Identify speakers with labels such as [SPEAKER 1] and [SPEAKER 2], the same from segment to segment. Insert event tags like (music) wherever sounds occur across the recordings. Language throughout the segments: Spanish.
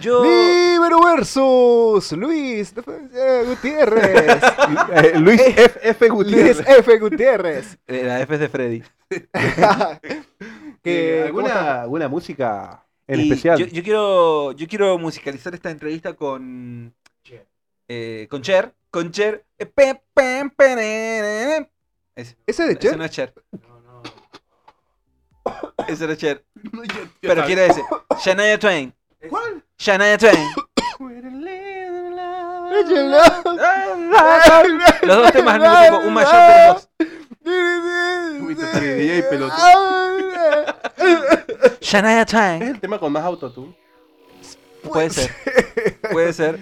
[SPEAKER 1] Yo.
[SPEAKER 2] Libero versus Luis eh,
[SPEAKER 1] (laughs)
[SPEAKER 2] Gutiérrez.
[SPEAKER 3] Eh, Luis F. F.
[SPEAKER 2] Luis
[SPEAKER 3] Gutiérrez.
[SPEAKER 2] F.
[SPEAKER 1] (laughs)
[SPEAKER 2] Gutiérrez.
[SPEAKER 1] Eh, La F es de Freddy.
[SPEAKER 2] que,
[SPEAKER 3] Eh,
[SPEAKER 2] ¿cómo está?
[SPEAKER 3] ¿Alguna, alguna música en
[SPEAKER 1] Y
[SPEAKER 3] especial?
[SPEAKER 1] Yo, yo quiero, yo quiero musicalizar esta entrevista con. eh, con Cher. Con Cher. Eh, pe- pe- pe- ne- ne- ne. Ese.
[SPEAKER 2] ¿Ese es de
[SPEAKER 1] Ese
[SPEAKER 2] Cher?
[SPEAKER 1] no es Cher.
[SPEAKER 4] No, no.
[SPEAKER 1] Ese no es Cher.
[SPEAKER 4] No, ya- ya
[SPEAKER 1] Pero
[SPEAKER 4] sabes.
[SPEAKER 1] quiero ese. Shania Twain.
[SPEAKER 4] ¿Cuál?
[SPEAKER 1] Shania Twain.
[SPEAKER 2] Échenlo.
[SPEAKER 1] Los dos temas al mismo tiempo. Un mayor de los dos.
[SPEAKER 4] Uy, te trae DJ, pelotudo.
[SPEAKER 1] Shania
[SPEAKER 3] ¿Es
[SPEAKER 1] Twain.
[SPEAKER 3] el tema con más autotune?
[SPEAKER 1] (laughs) Puede ser. Puede ser.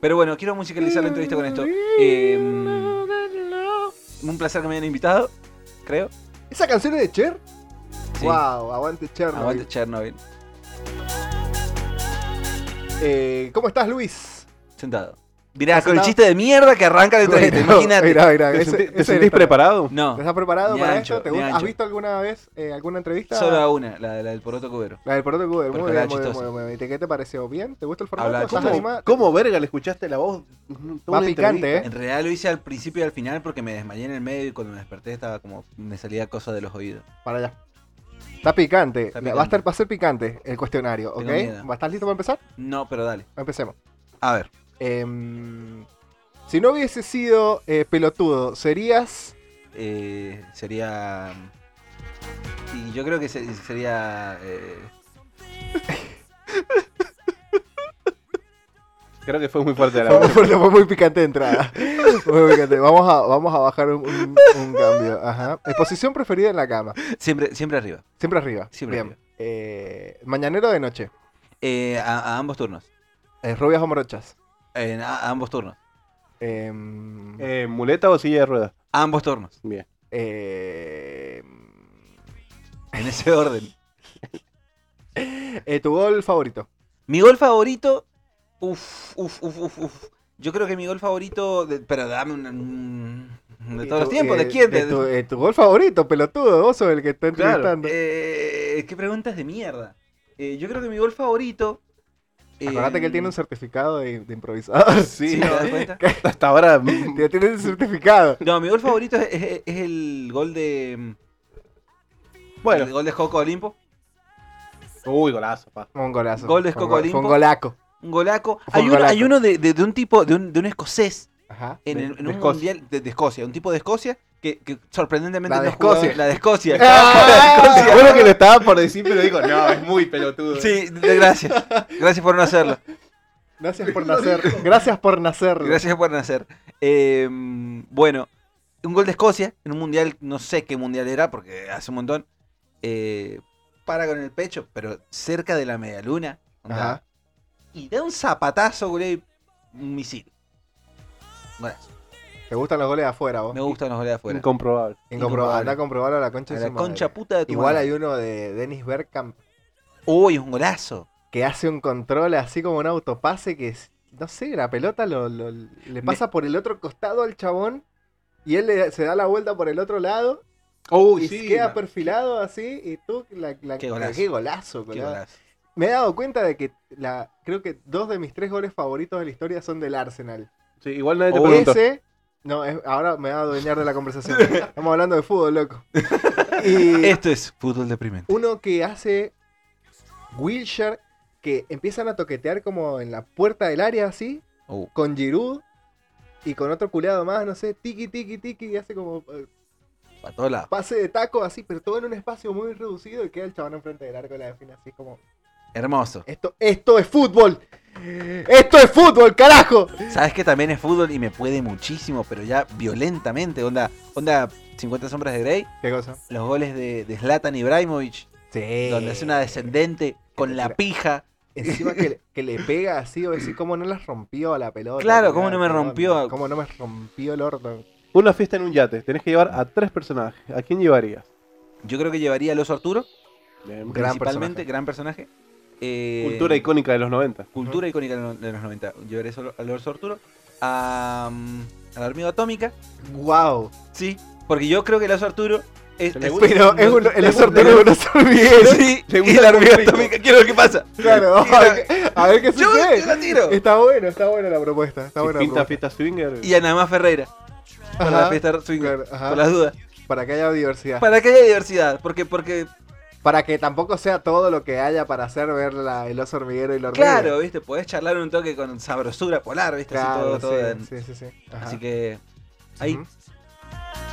[SPEAKER 1] Pero bueno, quiero musicalizar la entrevista con esto. Eh, un placer que me hayan invitado, creo.
[SPEAKER 2] (laughs) ¿Esa canción es de Cher?
[SPEAKER 1] Sí.
[SPEAKER 2] Wow, aguante Cher.
[SPEAKER 1] Aguante Chernobyl.
[SPEAKER 2] Eh, ¿Cómo estás, Luis?
[SPEAKER 1] Sentado. Mirá, con el
[SPEAKER 2] sentado?
[SPEAKER 1] chiste de mierda que arranca la entrevista,
[SPEAKER 2] Bueno,
[SPEAKER 1] imagínate.
[SPEAKER 2] Mira, mira,
[SPEAKER 3] ¿Te,
[SPEAKER 2] ese-
[SPEAKER 3] sentí- te
[SPEAKER 2] ese
[SPEAKER 3] sentís
[SPEAKER 2] era-
[SPEAKER 3] preparado?
[SPEAKER 1] No,
[SPEAKER 2] ¿Estás preparado
[SPEAKER 1] Ni
[SPEAKER 2] para
[SPEAKER 1] ancho,
[SPEAKER 2] esto? ¿Te
[SPEAKER 1] ni
[SPEAKER 2] gusta- ¿Has
[SPEAKER 1] ancho.
[SPEAKER 2] visto alguna vez eh, alguna entrevista?
[SPEAKER 1] solo a una, la, la del poroto cubero.
[SPEAKER 2] La del Puerto Cuba. Muy
[SPEAKER 1] Porque
[SPEAKER 2] bien,
[SPEAKER 1] era
[SPEAKER 2] muy bien,
[SPEAKER 1] chistosa.
[SPEAKER 2] muy bien. ¿Y te- ¿Qué te pareció? ¿Bien? ¿Te gusta el formato?
[SPEAKER 1] Hablaba
[SPEAKER 2] ¿Estás
[SPEAKER 1] chistoso.
[SPEAKER 2] animado?
[SPEAKER 3] ¿Cómo verga le escuchaste la voz? Toda
[SPEAKER 2] Va
[SPEAKER 3] una
[SPEAKER 2] picante,
[SPEAKER 3] entrevista.
[SPEAKER 2] ¿eh?
[SPEAKER 1] En realidad lo hice al principio y al final porque me desmayé en el medio y cuando me desperté estaba como, me salía cosas de los oídos.
[SPEAKER 2] Para allá. Está picante.
[SPEAKER 1] Está
[SPEAKER 2] Va, a
[SPEAKER 1] picante.
[SPEAKER 2] estar, va a ser picante el cuestionario, ¿ok?
[SPEAKER 1] Tengo miedo.
[SPEAKER 2] ¿Estás listo para empezar?
[SPEAKER 1] No, pero dale.
[SPEAKER 2] Empecemos.
[SPEAKER 1] A ver.
[SPEAKER 2] Em, si no hubiese sido eh, pelotudo, ¿serías
[SPEAKER 1] eh, sería. Y yo creo que se- sería. eh,
[SPEAKER 3] Creo que fue muy fuerte la
[SPEAKER 2] Fue,
[SPEAKER 3] voz.
[SPEAKER 2] fue- fue muy picante de
[SPEAKER 1] (laughs)
[SPEAKER 2] entrada. Muy picante. Vamos a, vamos a bajar un, un- un cambio. Ajá. Eh, Posición preferida en la cama.
[SPEAKER 1] siempre, siempre arriba.
[SPEAKER 2] Siempre arriba.
[SPEAKER 1] Siempre
[SPEAKER 2] Bien.
[SPEAKER 1] arriba.
[SPEAKER 2] Eh, mañanero de noche.
[SPEAKER 1] Eh, a, a ambos turnos.
[SPEAKER 2] Eh, rubias o morochas.
[SPEAKER 1] Eh, a, a ambos turnos.
[SPEAKER 2] Em,
[SPEAKER 3] Eh, ¿Muleta o silla de ruedas?
[SPEAKER 1] A ambos turnos.
[SPEAKER 3] Bien.
[SPEAKER 2] em,
[SPEAKER 1] En ese
[SPEAKER 2] (laughs)
[SPEAKER 1] orden.
[SPEAKER 2] eh, tu gol favorito.
[SPEAKER 1] Mi gol favorito. Uf, uf, uf, uf, uf. Yo creo que mi gol favorito. De, pero dame un- un. De
[SPEAKER 2] Y
[SPEAKER 1] todos los
[SPEAKER 2] tu-
[SPEAKER 1] tiempos,
[SPEAKER 2] eh,
[SPEAKER 1] ¿de quién? De-
[SPEAKER 2] tu, eh, tu gol favorito, pelotudo. Vos sos el que está
[SPEAKER 3] Claro,
[SPEAKER 2] entrevistando.
[SPEAKER 1] Eh, ¿Qué preguntas de mierda? Eh, yo creo que mi gol favorito.
[SPEAKER 2] Acordate que él tiene un
[SPEAKER 1] em,
[SPEAKER 2] certificado de, de improvisador. (laughs)
[SPEAKER 1] ¿Sí?
[SPEAKER 3] Sí,
[SPEAKER 1] ¿Te das cuenta?
[SPEAKER 3] hasta ahora. mm, (laughs)
[SPEAKER 2] Tiene- Tiene el certificado.
[SPEAKER 1] No, mi gol favorito es, es- es el gol de. El
[SPEAKER 3] Bueno.
[SPEAKER 1] gol de Coco Olimpo.
[SPEAKER 3] Uy, golazo, (laughs) pa.
[SPEAKER 2] Un golazo.
[SPEAKER 1] Gol de
[SPEAKER 2] Fue un
[SPEAKER 1] Coco
[SPEAKER 2] gol- fue un
[SPEAKER 1] Olimpo.
[SPEAKER 2] golaco.
[SPEAKER 1] Un golaco.
[SPEAKER 2] Fue
[SPEAKER 1] Hay
[SPEAKER 2] un
[SPEAKER 1] uno,
[SPEAKER 2] golaco.
[SPEAKER 1] hay uno de, de- de un tipo, de un, de un escocés.
[SPEAKER 2] Ajá.
[SPEAKER 1] En,
[SPEAKER 3] De-
[SPEAKER 1] el- en
[SPEAKER 3] de
[SPEAKER 1] un
[SPEAKER 3] Escocia.
[SPEAKER 1] mundial de, de Escocia. Un tipo de Escocia que, que sorprendentemente
[SPEAKER 2] La de
[SPEAKER 1] no jugaba-
[SPEAKER 2] Escocia.
[SPEAKER 1] La de Escocia.
[SPEAKER 2] (laughs) ¡Ah!
[SPEAKER 3] Bueno que lo estaba por decir, pero digo, no, es muy pelotudo.
[SPEAKER 1] Sí, de- gracias. Gracias por no hacerlo.
[SPEAKER 2] Gracias por nacer. Gracias por nacer.
[SPEAKER 1] Gracias por nacer. Eh, bueno, un gol de Escocia en un mundial, no sé qué mundial era, porque hace un montón. Eh, para con el pecho, pero cerca de la medialuna. onda,
[SPEAKER 2] Ajá.
[SPEAKER 1] Y da un zapatazo, güey, un misil. Golazo.
[SPEAKER 2] Te gustan los goles de afuera, vos.
[SPEAKER 1] Me gustan los goles de afuera.
[SPEAKER 3] Incomprobable.
[SPEAKER 2] Incomprobable. Anda a comprobarlo a la concha
[SPEAKER 1] A
[SPEAKER 2] de
[SPEAKER 1] la
[SPEAKER 2] su madre.
[SPEAKER 1] concha puta de tu
[SPEAKER 2] Igual
[SPEAKER 1] madre.
[SPEAKER 2] hay uno de Dennis Bergkamp
[SPEAKER 1] Uy, un golazo.
[SPEAKER 2] que hace un control así como un autopase que es- no sé, la pelota lo, lo- le pasa por el otro costado al chabón y él le- se da la vuelta por el otro lado
[SPEAKER 3] Uy,
[SPEAKER 2] y
[SPEAKER 3] sí.
[SPEAKER 2] queda
[SPEAKER 3] man.
[SPEAKER 2] perfilado así y tú la, la-
[SPEAKER 1] Qué golazo.
[SPEAKER 2] qué golazo,
[SPEAKER 1] Qué
[SPEAKER 2] colado.
[SPEAKER 1] golazo.
[SPEAKER 2] Me he dado cuenta de que la creo que dos de mis tres goles favoritos de la historia son del Arsenal.
[SPEAKER 3] Sí, igual nadie te
[SPEAKER 2] O
[SPEAKER 3] preguntó.
[SPEAKER 2] ese. No, es- ahora me va a adueñar de la
[SPEAKER 1] (laughs)
[SPEAKER 2] conversación. Estamos hablando de fútbol, loco. Y
[SPEAKER 1] Esto es fútbol deprimente.
[SPEAKER 2] uno que hace Wilshire, que empiezan a toquetear como en la puerta del área así,
[SPEAKER 1] Uh,
[SPEAKER 2] con Giroud y con otro culeado más, no sé, tiki, tiki, tiki, y hace como eh,
[SPEAKER 1] pa' todos lados.
[SPEAKER 2] pase de taco así, pero todo en un espacio muy reducido y queda el chabón enfrente del arco y la define así como,
[SPEAKER 1] Hermoso.
[SPEAKER 2] esto, esto es fútbol. Esto es fútbol, carajo.
[SPEAKER 1] Sabes que también es fútbol y me puede muchísimo, pero ya violentamente. Onda, onda 50 sombras de Grey,
[SPEAKER 2] ¿Qué cosa?
[SPEAKER 1] los goles de, de Zlatan Ibrahimovic,
[SPEAKER 2] Sí.
[SPEAKER 1] donde hace una descendente con la pija.
[SPEAKER 2] Encima que, que le pega así, o decir, ¿cómo no las rompió a la pelota?
[SPEAKER 1] Claro, ¿cómo
[SPEAKER 2] culiao?
[SPEAKER 1] no me
[SPEAKER 2] ¿Cómo-
[SPEAKER 1] rompió?
[SPEAKER 2] ¿Cómo no me rompió el orto?
[SPEAKER 3] Una fiesta en un yate. Tenés que llevar a tres personajes. ¿A quién llevarías?
[SPEAKER 1] Yo creo que llevaría al oso Arturo,
[SPEAKER 3] Bien.
[SPEAKER 2] Gran
[SPEAKER 1] principalmente,
[SPEAKER 2] personaje.
[SPEAKER 1] gran personaje. Eh,
[SPEAKER 3] Cultura icónica de los 90.
[SPEAKER 1] Cultura icónica de los- de los 90. Llevaré solo al oso Arturo. A, mm, a la hormiga atómica.
[SPEAKER 2] ¡Wow!
[SPEAKER 1] Sí, porque yo creo que el oso Arturo Es,
[SPEAKER 3] le
[SPEAKER 1] es-
[SPEAKER 3] gusta.
[SPEAKER 2] Pero es un, el sorteo de unos hormigueros.
[SPEAKER 1] Sí,
[SPEAKER 3] Le
[SPEAKER 1] y
[SPEAKER 3] gusta
[SPEAKER 1] la
[SPEAKER 3] el
[SPEAKER 1] hormiga
[SPEAKER 3] conflicto.
[SPEAKER 1] atómica. Quiero ver qué pasa.
[SPEAKER 2] Claro, (laughs) Este
[SPEAKER 1] Y la-
[SPEAKER 2] a ver qué
[SPEAKER 1] Yo, yo
[SPEAKER 2] sucede.
[SPEAKER 1] la tiro.
[SPEAKER 2] Está bueno, está buena la propuesta. Está
[SPEAKER 3] Si
[SPEAKER 2] buena la
[SPEAKER 3] pinta
[SPEAKER 2] propuesta.
[SPEAKER 3] fiesta swinger.
[SPEAKER 1] Y Ana Más Ferreira. Para
[SPEAKER 2] Ajá,
[SPEAKER 1] la fiesta swinger.
[SPEAKER 2] claro, ajá.
[SPEAKER 1] Por las dudas.
[SPEAKER 2] Para que haya diversidad.
[SPEAKER 1] Para que haya diversidad. Porque, porque
[SPEAKER 2] Para que tampoco sea todo lo que haya para hacer ver la, el oso hormiguero y la hormiga.
[SPEAKER 1] claro, ¿viste? Podés charlar un toque con sabrosura polar, ¿viste? Así
[SPEAKER 2] Claro,
[SPEAKER 1] todo, todo
[SPEAKER 2] sí,
[SPEAKER 1] en-
[SPEAKER 2] sí, sí, sí. Ajá.
[SPEAKER 1] Así que. Ahí,
[SPEAKER 2] Ujú.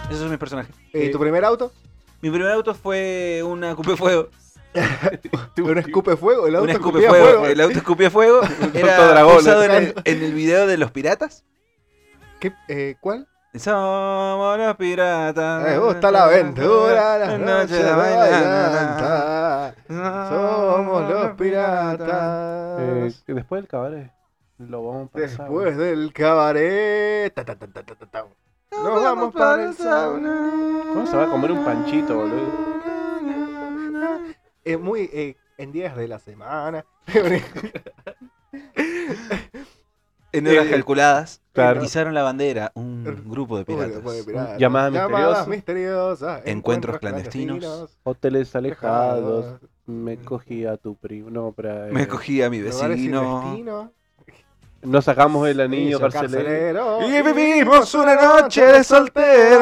[SPEAKER 1] esos son mis personajes.
[SPEAKER 2] Eh, ¿Y tu
[SPEAKER 1] (laughs)
[SPEAKER 2] primer auto?
[SPEAKER 1] Mi primer auto fue una Coupé Fuego.
[SPEAKER 2] ¿Un escupe fuego? ¿El auto
[SPEAKER 1] Un escupe
[SPEAKER 2] escupía
[SPEAKER 1] fuego. El auto escupía fuego. Era
[SPEAKER 3] dragón,
[SPEAKER 1] usado en
[SPEAKER 2] ¿no?
[SPEAKER 1] el, en el video de los piratas.
[SPEAKER 2] (laughs) ¿Qué- eh, ¿Cuál?
[SPEAKER 1] Somos los piratas.
[SPEAKER 2] Me gusta la aventura, las noches de
[SPEAKER 1] bailanta.
[SPEAKER 2] bailanta. Somos los piratas.
[SPEAKER 3] Eh, después del cabaret. Lo vamos a pasar.
[SPEAKER 2] Después del cabaret. ta, ta, ta, ta, ta, ta, ta. Nos vamos para el sauna.
[SPEAKER 3] ¿Cómo se va a comer un panchito, boludo?
[SPEAKER 2] Es muy eh, en días de la semana. (laughs)
[SPEAKER 1] En horas
[SPEAKER 2] Eh,
[SPEAKER 1] calculadas.
[SPEAKER 3] Claro.
[SPEAKER 1] Pisaron la bandera un grupo de piratas.
[SPEAKER 2] Uy, piratas.
[SPEAKER 3] Llamadas misteriosas.
[SPEAKER 2] misteriosas,
[SPEAKER 1] Encuentros clandestinos.
[SPEAKER 3] Hoteles alejados. Me cogí a tu primo. No, para, eh,
[SPEAKER 1] Me cogí a mi
[SPEAKER 2] lugares
[SPEAKER 1] vecino.
[SPEAKER 2] clandestinos,
[SPEAKER 3] Nos sacamos el anillo
[SPEAKER 2] Anillo
[SPEAKER 3] carcelero.
[SPEAKER 2] carcelero.
[SPEAKER 1] Y vivimos una noche de soltera.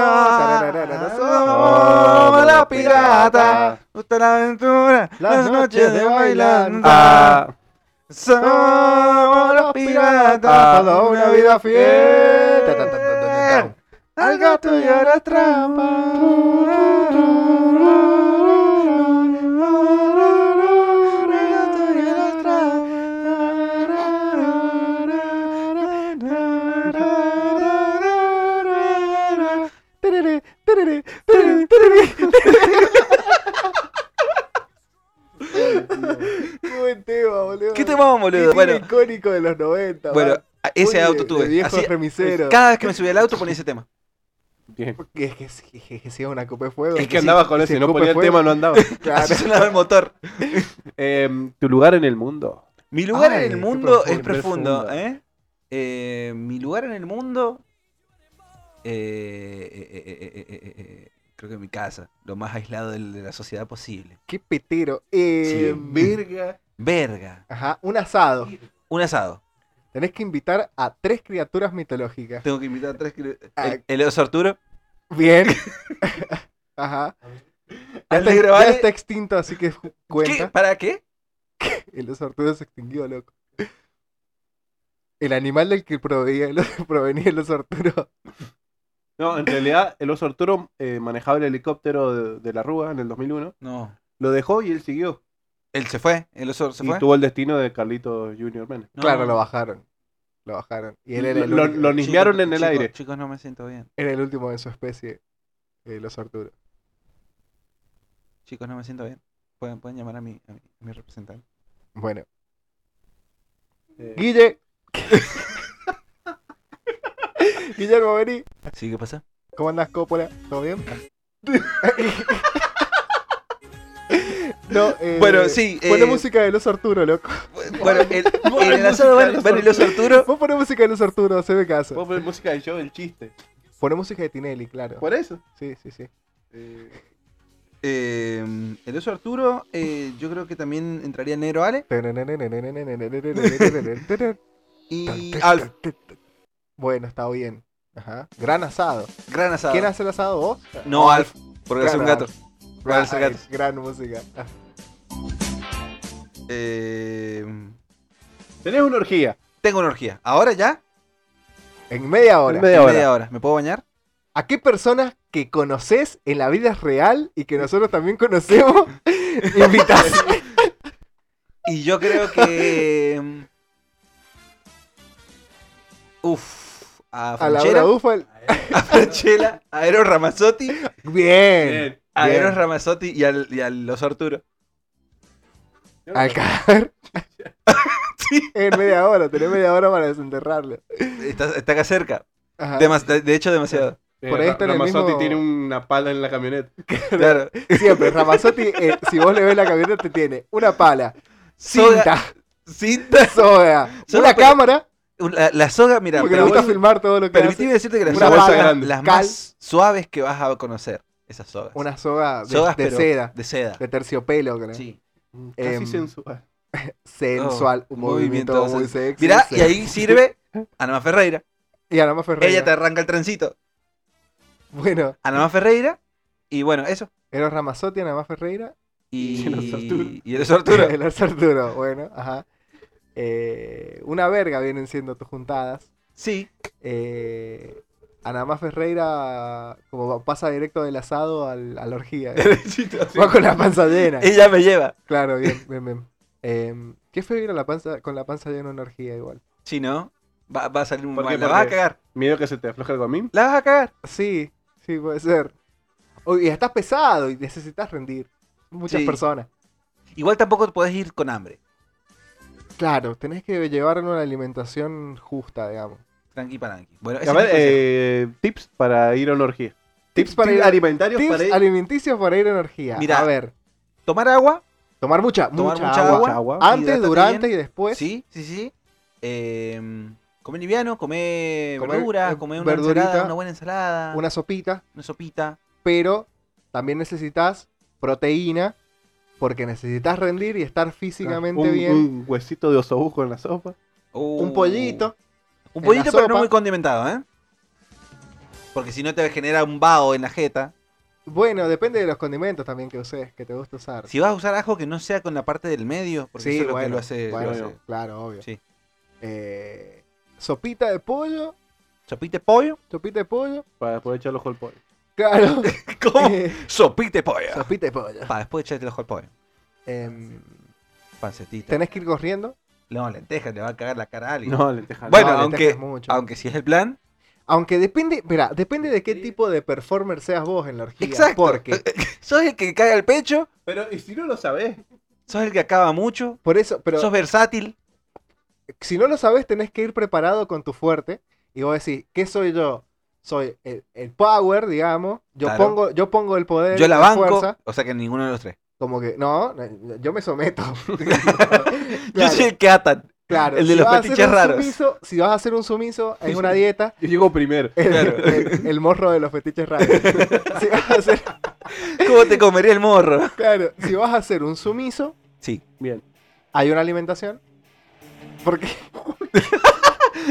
[SPEAKER 2] Tarararara,
[SPEAKER 1] Somos la pirata. Gusta la aventura. Las noches de bailanta.
[SPEAKER 3] Ah,
[SPEAKER 1] Somos los piratas.
[SPEAKER 2] Ah. Toda una vida
[SPEAKER 1] Eh.
[SPEAKER 2] fiel. Ta, ta, ta, ta, ta,
[SPEAKER 1] (laughs)
[SPEAKER 2] ta.
[SPEAKER 1] Al gato y a la trampa. Al gato y a la trampa.
[SPEAKER 2] Terere, terere, terere, terere. Qué buen tema, boludo.
[SPEAKER 1] ¿Qué te vamos,
[SPEAKER 2] Qué
[SPEAKER 1] boludo? Bueno,
[SPEAKER 2] icónico de los 90.
[SPEAKER 1] bueno,
[SPEAKER 2] man.
[SPEAKER 1] a- ese
[SPEAKER 2] Muy
[SPEAKER 1] auto
[SPEAKER 2] de- de
[SPEAKER 1] tuve.
[SPEAKER 2] Viejo
[SPEAKER 1] Así-
[SPEAKER 2] remisero.
[SPEAKER 1] cada vez que me subía al auto ponía ese tema.
[SPEAKER 3] bien.
[SPEAKER 2] Porque es que si es que, si es una copa de fuego.
[SPEAKER 3] Es que andaba con
[SPEAKER 2] si
[SPEAKER 3] ese, no
[SPEAKER 2] escupe
[SPEAKER 3] ponía el
[SPEAKER 2] fuego,
[SPEAKER 3] tema, no andaba.
[SPEAKER 1] Así
[SPEAKER 2] (laughs) Claro.
[SPEAKER 1] sonaba el motor.
[SPEAKER 3] Em, tu lugar en el mundo.
[SPEAKER 1] Mi lugar
[SPEAKER 2] Ay,
[SPEAKER 1] Ah, en el
[SPEAKER 2] qué
[SPEAKER 1] mundo es
[SPEAKER 3] profundo.
[SPEAKER 1] profundo, ¿eh? Eh, Mi lugar en el mundo. eh, eh, eh, eh, eh, eh, eh, eh, creo que mi casa, lo más aislado del- de, la sociedad posible.
[SPEAKER 2] Qué petero. Eh,
[SPEAKER 1] Sí.
[SPEAKER 2] Verga.
[SPEAKER 1] (laughs) Verga,
[SPEAKER 2] Ajá, un asado.
[SPEAKER 1] un asado.
[SPEAKER 2] Tenés que invitar a tres criaturas mitológicas.
[SPEAKER 1] Tengo que invitar a tres. que-
[SPEAKER 2] Ah.
[SPEAKER 1] El, el oso Arturo.
[SPEAKER 2] Bien. (laughs) Ajá. Ya
[SPEAKER 1] Antes
[SPEAKER 2] está-
[SPEAKER 1] de grabar-
[SPEAKER 2] ya está extinto, así que (laughs) ju-
[SPEAKER 1] ¿Qué?
[SPEAKER 2] cuenta.
[SPEAKER 1] ¿Para qué?
[SPEAKER 2] El oso Arturo se extinguió, loco. El animal del que proveía el- (laughs) provenía el oso Arturo.
[SPEAKER 3] No, en realidad, el oso Arturo eh, manejaba el helicóptero de, de la Rúa en el 2001.
[SPEAKER 1] No.
[SPEAKER 3] Lo dejó y él siguió.
[SPEAKER 1] Él se fue, el oso se
[SPEAKER 3] y
[SPEAKER 1] fue.
[SPEAKER 3] tuvo el destino de Carlitos Junior Menem.
[SPEAKER 1] No.
[SPEAKER 2] Claro, lo bajaron. Lo bajaron. Y él era el,
[SPEAKER 3] Lo-
[SPEAKER 2] único-
[SPEAKER 3] lo ni-
[SPEAKER 1] Chicos,
[SPEAKER 3] Nismearon en el
[SPEAKER 1] chicos,
[SPEAKER 3] aire.
[SPEAKER 1] Chicos, no me siento bien.
[SPEAKER 2] era el último de su especie, eh, el oso Arturo.
[SPEAKER 1] Chicos, no me siento bien. Pueden, pueden llamar a mi, a mi, a mi representante.
[SPEAKER 2] Bueno.
[SPEAKER 3] Eh,
[SPEAKER 2] Guille. (laughs) Guillermo Beni.
[SPEAKER 1] ¿Sí? ¿Qué pasa?
[SPEAKER 2] ¿Cómo andás, Coppola? ¿Todo bien? (laughs) no, eh,
[SPEAKER 1] Bueno, sí.
[SPEAKER 2] Pone
[SPEAKER 1] eh,
[SPEAKER 2] música de los Arturo, loco.
[SPEAKER 1] (laughs) Bueno, el, en el asado van, van el oso Arturo.
[SPEAKER 2] Vos poné música de los Arturo, se ve caso.
[SPEAKER 3] Vos pones música del show del chiste.
[SPEAKER 2] Poné música de Tinelli, claro.
[SPEAKER 3] Por eso.
[SPEAKER 2] Sí, sí, sí. (laughs)
[SPEAKER 3] Eh,
[SPEAKER 1] Eh, el oso Arturo, eh, yo creo que también entraría Nero Ale y Alf.
[SPEAKER 2] Bueno, está bien. Ajá. Gran asado.
[SPEAKER 1] Gran asado.
[SPEAKER 2] ¿Quién hace el asado? ¿Vos?
[SPEAKER 1] No Alf, porque hace un
[SPEAKER 2] Claro,
[SPEAKER 1] gato. Porque hace
[SPEAKER 2] Ay,
[SPEAKER 1] gato.
[SPEAKER 2] gran música. Ah,
[SPEAKER 1] Eh,
[SPEAKER 3] tenés una orgía.
[SPEAKER 1] tengo una orgía. ¿Ahora ya?
[SPEAKER 2] En media hora.
[SPEAKER 3] En media
[SPEAKER 1] En
[SPEAKER 3] hora.
[SPEAKER 1] Media hora. ¿Me puedo bañar?
[SPEAKER 2] ¿A qué personas que conoces en la vida real y que nosotros también
[SPEAKER 1] (laughs)
[SPEAKER 2] conocemos invitas?
[SPEAKER 1] Y yo creo que... em, Uf. A
[SPEAKER 2] A la
[SPEAKER 1] Franchella.
[SPEAKER 2] Ufal.
[SPEAKER 1] A Franchella. A Eros Ramazzotti.
[SPEAKER 2] Bien.
[SPEAKER 1] A
[SPEAKER 2] Bien.
[SPEAKER 1] Eros Ramazzotti y al, y al oso Arturo.
[SPEAKER 2] Al caer. en media hora, tenés media hora para desenterrarlo.
[SPEAKER 1] Está, está acá cerca.
[SPEAKER 2] Ajá.
[SPEAKER 1] Demas- de- de hecho, demasiado.
[SPEAKER 2] (laughs) Por ahí está en el
[SPEAKER 3] Ramazzotti
[SPEAKER 2] mismo-
[SPEAKER 3] tiene una pala en la camioneta.
[SPEAKER 1] Claro.
[SPEAKER 2] Siempre, Ramazotti, eh, si vos le ves la camioneta, te tiene una pala,
[SPEAKER 1] Soga,
[SPEAKER 2] cinta,
[SPEAKER 1] cinta.
[SPEAKER 2] soga,
[SPEAKER 1] Soga,
[SPEAKER 2] una
[SPEAKER 1] pero-
[SPEAKER 2] cámara,
[SPEAKER 1] La, la soga, mira,
[SPEAKER 2] porque
[SPEAKER 1] pero
[SPEAKER 2] le gusta
[SPEAKER 1] vos-
[SPEAKER 2] filmar todo lo que
[SPEAKER 1] permitime decirte que las
[SPEAKER 2] Una
[SPEAKER 1] sogas
[SPEAKER 2] bolsa
[SPEAKER 1] son las-
[SPEAKER 3] grande.
[SPEAKER 1] las
[SPEAKER 2] Cal.
[SPEAKER 1] más suaves que vas a conocer. Esas sogas.
[SPEAKER 2] Una soga de,
[SPEAKER 1] Sogas,
[SPEAKER 2] de
[SPEAKER 1] pero
[SPEAKER 2] seda,
[SPEAKER 1] De seda.
[SPEAKER 2] de terciopelo, creo.
[SPEAKER 1] Sí.
[SPEAKER 3] Mm, Casi
[SPEAKER 2] Em,
[SPEAKER 3] sensual.
[SPEAKER 2] Sensual,
[SPEAKER 1] Oh,
[SPEAKER 2] un movimiento,
[SPEAKER 1] movimiento
[SPEAKER 2] muy sexy.
[SPEAKER 1] Mirá,
[SPEAKER 2] sí.
[SPEAKER 1] y ahí sirve Anamá Ferreira.
[SPEAKER 2] Y Anamá Ferreira.
[SPEAKER 1] Ella te arranca el trencito.
[SPEAKER 2] Bueno,
[SPEAKER 1] Anamá Ferreira. Y bueno, eso.
[SPEAKER 2] Eros Ramazotti, Anamá Ferreira.
[SPEAKER 1] Y,
[SPEAKER 3] Y el oso Arturo.
[SPEAKER 1] y el oso
[SPEAKER 2] (laughs)
[SPEAKER 1] Arturo.
[SPEAKER 2] El Ars Arturo, bueno, ajá. Eh, una verga vienen siendo tus juntadas.
[SPEAKER 1] Sí.
[SPEAKER 2] Eh, Anamá Ferreira, como va- pasa directo del asado al, a la orgía.
[SPEAKER 1] (laughs)
[SPEAKER 2] ¿eh?
[SPEAKER 1] Derechito, así.
[SPEAKER 2] Va con la panza llena.
[SPEAKER 1] Ella me lleva.
[SPEAKER 2] Claro, bien, bien, bien. Em, qué feo ir a la panza, con la panza llena a una orgía igual.
[SPEAKER 1] Si no, va, va a salir un
[SPEAKER 3] ¿Por
[SPEAKER 1] mal.
[SPEAKER 3] qué?
[SPEAKER 1] La
[SPEAKER 3] ¿Por
[SPEAKER 1] vas a
[SPEAKER 3] qué?
[SPEAKER 1] cagar.
[SPEAKER 3] Miedo que se te afloje el gomín.
[SPEAKER 1] La vas a cagar.
[SPEAKER 2] Sí, sí, puede ser. O- y estás pesado y necesitas rendir. Muchas
[SPEAKER 1] Sí.
[SPEAKER 2] personas.
[SPEAKER 1] Igual tampoco podés ir con hambre.
[SPEAKER 2] Claro, tenés que llevar una alimentación justa, digamos.
[SPEAKER 1] Tranqui paranqui. Bueno, ese
[SPEAKER 3] A ver,
[SPEAKER 1] tipo de-
[SPEAKER 3] eh, tips para ir a una orgía.
[SPEAKER 2] Tips para ir a-
[SPEAKER 3] alimentarios
[SPEAKER 2] Tips
[SPEAKER 3] para ir
[SPEAKER 2] alimenticios para ir en orgía.
[SPEAKER 1] Mirá.
[SPEAKER 2] a ver,
[SPEAKER 1] tomar agua.
[SPEAKER 2] tomar mucha,
[SPEAKER 1] Tomar
[SPEAKER 2] mucha,
[SPEAKER 1] mucha
[SPEAKER 2] agua.
[SPEAKER 1] agua,
[SPEAKER 2] Antes,
[SPEAKER 1] hidratate
[SPEAKER 2] durante
[SPEAKER 1] bien.
[SPEAKER 2] y después.
[SPEAKER 1] Sí, sí, sí. Eh, come liviano, come
[SPEAKER 2] Comer,
[SPEAKER 1] verduras,
[SPEAKER 2] eh,
[SPEAKER 1] come una
[SPEAKER 2] verdurita,
[SPEAKER 1] ensalada, una buena ensalada, una,
[SPEAKER 2] Una sopita,
[SPEAKER 1] sopita.
[SPEAKER 2] pero también necesitas proteína porque necesitas rendir y estar físicamente
[SPEAKER 3] un,
[SPEAKER 2] bien.
[SPEAKER 3] Un huesito de osobuco en la sopa.
[SPEAKER 2] un
[SPEAKER 1] Uh,
[SPEAKER 2] pollito.
[SPEAKER 1] Un
[SPEAKER 2] en
[SPEAKER 1] pollito,
[SPEAKER 2] la
[SPEAKER 1] pero no
[SPEAKER 2] sopa.
[SPEAKER 1] muy condimentado, ¿eh? Porque si no te genera un vaho en la jeta.
[SPEAKER 2] Bueno, depende de los condimentos también que uses, que te gusta usar.
[SPEAKER 1] Si vas a usar ajo, que no sea con la parte del medio, porque
[SPEAKER 2] Sí,
[SPEAKER 1] eso es lo
[SPEAKER 2] bueno,
[SPEAKER 1] que lo hace.
[SPEAKER 2] bueno,
[SPEAKER 1] lo hace.
[SPEAKER 2] claro, obvio.
[SPEAKER 1] Sí.
[SPEAKER 2] Eh, sopita de pollo,
[SPEAKER 1] Sopita de pollo. (laughs)
[SPEAKER 2] sopita de pollo,
[SPEAKER 3] Para poder echar los ojo al pollo.
[SPEAKER 2] claro. (laughs)
[SPEAKER 1] ¿Cómo?
[SPEAKER 2] Eh,
[SPEAKER 1] Sopita de pollo.
[SPEAKER 2] sopita de pollo.
[SPEAKER 1] Pa, después echarte el ojo al pollo.
[SPEAKER 2] Em,
[SPEAKER 1] Pancetita.
[SPEAKER 2] tenés que ir corriendo.
[SPEAKER 1] No, lentejas, le va a cagar la cara a alguien.
[SPEAKER 3] No, lentejas.
[SPEAKER 1] Bueno,
[SPEAKER 2] No, le
[SPEAKER 1] aunque,
[SPEAKER 2] tejes mucho.
[SPEAKER 1] aunque si es el plan, (laughs)
[SPEAKER 2] Aunque depende, mira, depende de qué tipo de performer seas vos en la orgía.
[SPEAKER 1] Exacto.
[SPEAKER 2] Porque,
[SPEAKER 1] sos el que cae al pecho,
[SPEAKER 3] Pero, ¿y si no lo sabes?
[SPEAKER 1] sos el que acaba mucho,
[SPEAKER 2] por eso, pero
[SPEAKER 1] sos versátil.
[SPEAKER 2] si no lo sabes, tenés que ir preparado con tu fuerte. Y vos decís, ¿qué soy yo? Soy el, el power, digamos. Yo
[SPEAKER 1] Claro.
[SPEAKER 2] pongo, yo pongo el poder,
[SPEAKER 1] Yo la banco,
[SPEAKER 2] fuerza.
[SPEAKER 1] o sea que ninguno de los tres.
[SPEAKER 2] Como que, no, no, yo me someto.
[SPEAKER 1] (laughs)
[SPEAKER 2] (laughs)
[SPEAKER 1] Yo soy el que atan.
[SPEAKER 2] claro.
[SPEAKER 1] el de los
[SPEAKER 2] vas a hacer
[SPEAKER 1] fetiches
[SPEAKER 2] un
[SPEAKER 1] raros.
[SPEAKER 2] sumiso- si vas a hacer un sumiso en
[SPEAKER 1] (laughs)
[SPEAKER 2] una dieta,
[SPEAKER 3] Yo llego primero.
[SPEAKER 2] el,
[SPEAKER 1] Claro.
[SPEAKER 2] el- el morro de los fetiches
[SPEAKER 1] (laughs)
[SPEAKER 2] raros. si vas a hacer,
[SPEAKER 1] ¿Cómo te comería el
[SPEAKER 2] (laughs)
[SPEAKER 1] morro?
[SPEAKER 2] claro, si vas a hacer un sumiso,
[SPEAKER 1] Sí.
[SPEAKER 3] Bien.
[SPEAKER 2] hay una alimentación. Porque,
[SPEAKER 1] (laughs)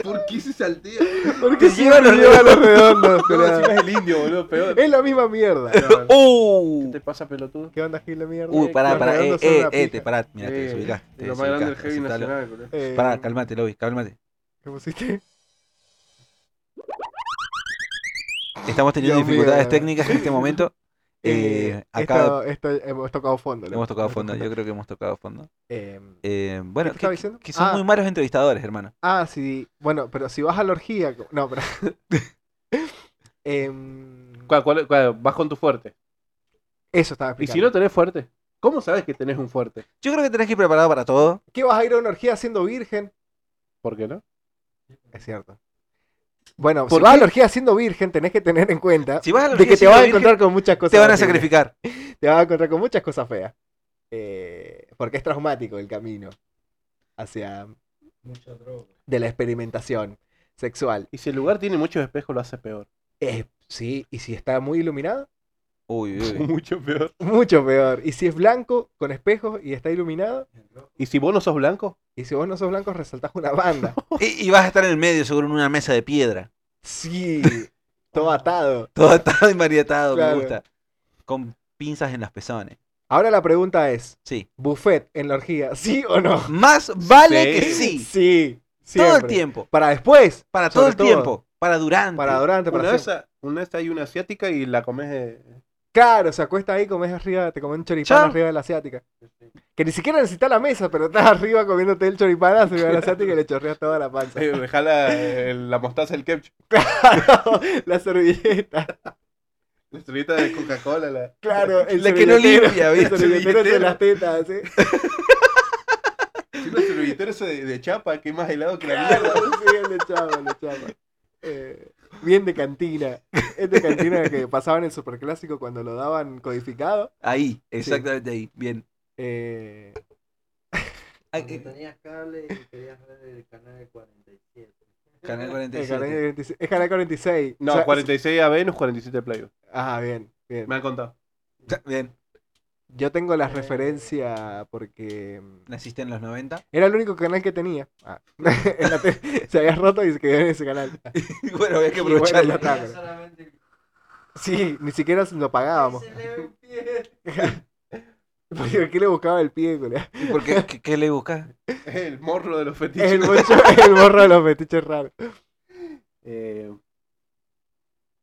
[SPEAKER 3] ¿Por qué se saltea?
[SPEAKER 2] porque
[SPEAKER 1] Te lleva los
[SPEAKER 2] lleva los
[SPEAKER 1] (laughs)
[SPEAKER 2] redondos.
[SPEAKER 3] No,
[SPEAKER 2] pelado.
[SPEAKER 3] encima es el indio, boludo, (laughs) peor.
[SPEAKER 2] es la misma mierda.
[SPEAKER 3] ¿Qué
[SPEAKER 1] ¡Uh!
[SPEAKER 3] te pasa, pelotudo?
[SPEAKER 2] ¿Qué onda, Gil de mierda?
[SPEAKER 1] Uy, pará,
[SPEAKER 2] Los
[SPEAKER 1] pará, eh,
[SPEAKER 2] redondos son
[SPEAKER 1] eh,
[SPEAKER 2] una
[SPEAKER 1] eh,
[SPEAKER 2] pija.
[SPEAKER 1] te pará, mira, te
[SPEAKER 3] Eh,
[SPEAKER 1] desubicás. te
[SPEAKER 3] Lo más grande del
[SPEAKER 1] desubicás,
[SPEAKER 3] heavy
[SPEAKER 1] aceptalo.
[SPEAKER 3] nacional, boludo.
[SPEAKER 2] Eh,
[SPEAKER 1] Pará, Eh, calmate, Lobby, calmate.
[SPEAKER 2] ¿Qué pusiste?
[SPEAKER 1] Estamos teniendo
[SPEAKER 2] Dios mío.
[SPEAKER 1] dificultades técnicas en este momento. Eh,
[SPEAKER 2] (laughs) Eh,
[SPEAKER 1] acá
[SPEAKER 2] esto, esto hemos tocado fondo. ¿no?
[SPEAKER 1] hemos tocado fondo, yo creo que hemos tocado fondo.
[SPEAKER 2] Em,
[SPEAKER 1] Eh, bueno,
[SPEAKER 2] te estaba
[SPEAKER 1] que,
[SPEAKER 2] diciendo?
[SPEAKER 1] que son
[SPEAKER 2] Ah.
[SPEAKER 1] muy malos entrevistadores, hermano.
[SPEAKER 2] Ah, sí. Bueno, pero si vas a la orgía. co- No,
[SPEAKER 1] (laughs)
[SPEAKER 2] pero. (laughs) Em,
[SPEAKER 3] ¿Cuál, cuál, cuál? Vas con tu fuerte.
[SPEAKER 2] eso estaba
[SPEAKER 3] ¿Y
[SPEAKER 2] explicando.
[SPEAKER 3] si no tenés fuerte? ¿Cómo sabes que tenés un fuerte?
[SPEAKER 1] Yo creo que tenés que ir preparado para todo.
[SPEAKER 2] ¿Qué vas a ir a una orgía siendo virgen?
[SPEAKER 3] ¿Por qué no?
[SPEAKER 2] Es cierto. Bueno, si
[SPEAKER 1] ¿Por
[SPEAKER 2] vas a
[SPEAKER 1] qué?
[SPEAKER 2] la orgía siendo virgen, tenés que tener en cuenta
[SPEAKER 1] Si vas a la
[SPEAKER 2] de que
[SPEAKER 1] orgía
[SPEAKER 2] te vas a
[SPEAKER 1] siendo virgen,
[SPEAKER 2] encontrar con muchas cosas.
[SPEAKER 1] te van a
[SPEAKER 2] horribles.
[SPEAKER 1] sacrificar.
[SPEAKER 2] Te vas a encontrar con muchas cosas feas. Eh, porque es traumático el camino hacia. De la experimentación sexual.
[SPEAKER 3] Y si el lugar tiene muchos espejos, lo hace peor.
[SPEAKER 2] Eh, sí, y si está muy iluminado,
[SPEAKER 1] Uy, uy.
[SPEAKER 3] (laughs) Mucho peor.
[SPEAKER 2] (laughs) mucho peor. Y si es blanco, con espejos y está iluminado,
[SPEAKER 3] ¿Y si vos no sos blanco?
[SPEAKER 2] Y si vos no sos blanco, resaltás
[SPEAKER 1] (laughs)
[SPEAKER 2] una banda.
[SPEAKER 1] Y, y vas a estar en el medio, seguro, en una mesa de piedra.
[SPEAKER 2] Sí, todo atado.
[SPEAKER 1] Todo (laughs) atado y mariatado,
[SPEAKER 2] Claro.
[SPEAKER 1] me gusta. Con pinzas en los pezones.
[SPEAKER 2] Ahora la pregunta es:
[SPEAKER 1] Sí.
[SPEAKER 2] ¿buffet en la orgía, sí o no?
[SPEAKER 1] Más vale
[SPEAKER 3] Sí.
[SPEAKER 1] que sí.
[SPEAKER 2] Sí, siempre.
[SPEAKER 1] todo el tiempo.
[SPEAKER 2] Para después,
[SPEAKER 1] Para
[SPEAKER 2] Sobre
[SPEAKER 1] todo el
[SPEAKER 2] todo.
[SPEAKER 1] tiempo. Para durante.
[SPEAKER 2] para durante, para
[SPEAKER 3] Una vez,
[SPEAKER 2] siempre.
[SPEAKER 3] a- una vez hay una asiática y la eh, comes de...
[SPEAKER 2] Claro, se acuesta ahí, comes arriba, te comes un choripán
[SPEAKER 1] Chao.
[SPEAKER 2] arriba de la asiática. Que ni siquiera necesitas la mesa, pero estás arriba comiéndote el choripán arriba de la asiática y le chorreas toda la (laughs) panza.
[SPEAKER 3] Eh, (laughs) dejala, eh, la mostaza, el ketchup,
[SPEAKER 2] Claro, la servilleta.
[SPEAKER 3] la estrellita de Coca-Cola, la...
[SPEAKER 2] Claro, el
[SPEAKER 1] La que no
[SPEAKER 2] servilletero,
[SPEAKER 1] limpia,
[SPEAKER 2] El
[SPEAKER 1] ¿viste?
[SPEAKER 2] servilletero entre las tetas, ¿sí?
[SPEAKER 3] Si los servilleteros de, de chapa, que es más helado que la (laughs) mierda.
[SPEAKER 2] Claro, sí, el de Chava, el de Chava. Eh, bien de cantina. Es de cantina que pasaban el superclásico cuando lo daban codificado.
[SPEAKER 1] Ahí, exactamente ahí. Bien.
[SPEAKER 2] Eh,
[SPEAKER 1] Ah,
[SPEAKER 4] Cuando
[SPEAKER 1] eh,
[SPEAKER 4] tenías cable y querías ver el canal de 47.
[SPEAKER 1] Canal
[SPEAKER 2] el
[SPEAKER 1] 47.
[SPEAKER 2] canal 46. Es Canal 46.
[SPEAKER 3] No,
[SPEAKER 2] O sea,
[SPEAKER 3] 46 a Venus, 47 Playboy.
[SPEAKER 2] Ah, bien. Bien.
[SPEAKER 3] Me han contado.
[SPEAKER 1] Bien,
[SPEAKER 2] Yo tengo las referencias porque mm,
[SPEAKER 1] naciste en los (laughs) 90.
[SPEAKER 2] era el único canal que tenía. Ah, (laughs) en la tele. se había roto y se quedó en ese (laughs) canal.
[SPEAKER 1] bueno, había que
[SPEAKER 2] Y bueno,
[SPEAKER 1] aprovecharlo.
[SPEAKER 2] ya- tarde.
[SPEAKER 4] solamente-
[SPEAKER 2] Sí, ni siquiera lo pagábamos. (laughs)
[SPEAKER 4] Se le ve un pie.
[SPEAKER 2] ¿Por qué le buscaba el pie, (laughs) culiao?
[SPEAKER 1] ¿Y por qué, qué, qué le buscas?
[SPEAKER 3] El morro de los fetiches.
[SPEAKER 2] El, bocho- el borro de los fetiches raros.
[SPEAKER 3] Eh,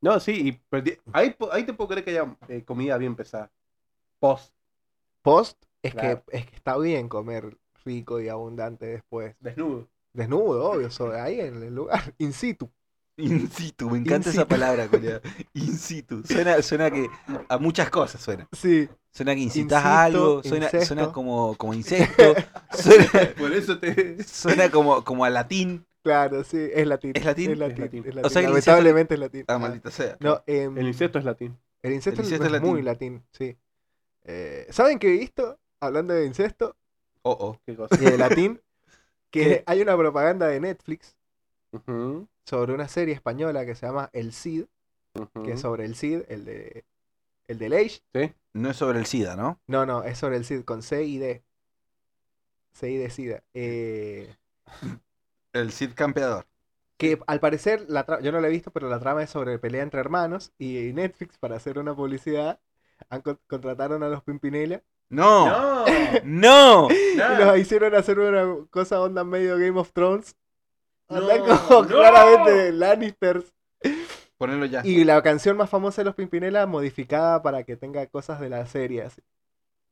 [SPEAKER 3] No, sí, y perdí- ahí, po- ahí te puedo creer que haya eh, comida bien pesada. Post,
[SPEAKER 2] Post es,
[SPEAKER 3] Claro.
[SPEAKER 2] que, es que está bien comer rico y abundante después.
[SPEAKER 3] desnudo.
[SPEAKER 2] Desnudo, obvio, sobre ahí en el lugar, (laughs) in situ.
[SPEAKER 1] In situ, me
[SPEAKER 2] In
[SPEAKER 1] encanta esa
[SPEAKER 2] situ.
[SPEAKER 1] palabra, culiao. In situ. Suena, suena que a muchas cosas suena.
[SPEAKER 2] Sí,
[SPEAKER 1] Suena que incitas
[SPEAKER 2] Insisto,
[SPEAKER 1] a algo, suena,
[SPEAKER 2] incesto.
[SPEAKER 1] suena como, como insecto, (laughs) suena,
[SPEAKER 3] Por eso te.
[SPEAKER 1] suena como, como a latín.
[SPEAKER 2] claro, sí, es latín.
[SPEAKER 1] ¿Es latín?
[SPEAKER 2] Es latín,
[SPEAKER 3] Es latín.
[SPEAKER 2] es
[SPEAKER 1] O sea,
[SPEAKER 2] latín,
[SPEAKER 1] el incesto-
[SPEAKER 2] lamentablemente es latín.
[SPEAKER 1] Ah,
[SPEAKER 2] Ah,
[SPEAKER 1] maldita sea.
[SPEAKER 2] No, em,
[SPEAKER 3] El insecto es latín.
[SPEAKER 2] el incesto
[SPEAKER 1] el incesto
[SPEAKER 2] es
[SPEAKER 1] es
[SPEAKER 2] muy latín, sí. Eh, ¿Saben qué he visto? Hablando de incesto
[SPEAKER 1] Oh, oh.
[SPEAKER 3] Qué cosa.
[SPEAKER 2] y de latín, que
[SPEAKER 1] ¿Qué?
[SPEAKER 2] hay una propaganda de Netflix
[SPEAKER 3] Ujú,
[SPEAKER 2] sobre una serie española que se llama El Cid,
[SPEAKER 3] ujú.
[SPEAKER 2] que es sobre el Cid, el de el del Age,
[SPEAKER 1] No es sobre el SIDA, ¿no?
[SPEAKER 2] No, no, es sobre el CID, con C y D. C y D, SIDA. Eh,
[SPEAKER 1] El SID campeador.
[SPEAKER 2] que al parecer, la tra- yo no la he visto, pero la trama es sobre pelea entre hermanos y Netflix, para hacer una publicidad, han con- contrataron a los Pimpinela
[SPEAKER 1] ¡No!
[SPEAKER 3] No,
[SPEAKER 1] ¡No!
[SPEAKER 2] y
[SPEAKER 1] Ah.
[SPEAKER 2] los hicieron hacer una cosa onda medio Game of Thrones. Onda
[SPEAKER 3] No,
[SPEAKER 2] como
[SPEAKER 3] no.
[SPEAKER 2] claramente Lannisters.
[SPEAKER 1] Ponelo ya.
[SPEAKER 2] Y la canción más famosa de los Pimpinela modificada para que tenga cosas de las series.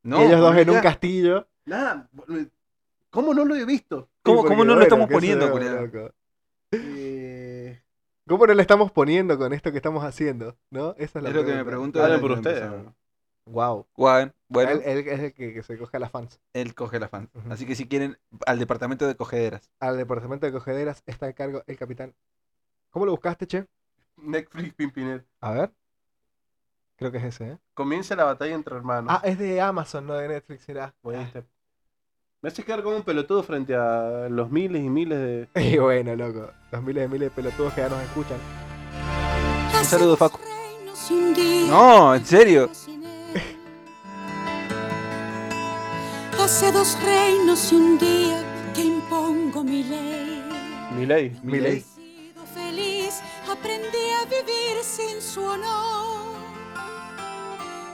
[SPEAKER 1] No,
[SPEAKER 2] ellos dos en un
[SPEAKER 1] publica.
[SPEAKER 2] castillo.
[SPEAKER 3] nada. bol- ¿Cómo no lo he visto?
[SPEAKER 1] ¿Cómo, cómo
[SPEAKER 2] Sí, porque,
[SPEAKER 1] no lo
[SPEAKER 2] bueno,
[SPEAKER 1] estamos
[SPEAKER 2] qué sé
[SPEAKER 1] poniendo,
[SPEAKER 2] yo,
[SPEAKER 1] culiao?
[SPEAKER 2] loco.
[SPEAKER 3] Eh,
[SPEAKER 2] ¿Cómo no le estamos poniendo con esto que estamos haciendo? ¿No? Esa es la
[SPEAKER 1] Es lo que me pregunto.
[SPEAKER 3] hablen
[SPEAKER 1] ahora
[SPEAKER 3] por
[SPEAKER 1] que
[SPEAKER 3] ustedes.
[SPEAKER 1] empezamos.
[SPEAKER 2] Wow.
[SPEAKER 1] Juan, bueno,
[SPEAKER 2] Él,
[SPEAKER 1] él,
[SPEAKER 2] él es el que, que se coge a las fans.
[SPEAKER 1] coge la fan.
[SPEAKER 2] Ujú.
[SPEAKER 1] Así que si quieren, al departamento de cogederas.
[SPEAKER 2] Al departamento de cogederas está a cargo el capitán. ¿Cómo lo buscaste, che?
[SPEAKER 3] Netflix Pimpinel.
[SPEAKER 2] A ver. Creo que es ese, ¿eh?
[SPEAKER 3] Comienza la batalla entre hermanos.
[SPEAKER 2] Ah, es de Amazon, no de Netflix, será.
[SPEAKER 3] Voy a este- Me hace quedar como un pelotudo frente a los miles y miles de.
[SPEAKER 2] (laughs) Y bueno, loco. Los miles de miles de pelotudos que ya nos escuchan.
[SPEAKER 1] Un saludo, Facu.
[SPEAKER 5] No, en serio. (laughs) Hace dos reinos y un día que impongo mi ley.
[SPEAKER 3] Miley.
[SPEAKER 2] Milei.
[SPEAKER 5] He sido feliz, aprendí a vivir sin su honor.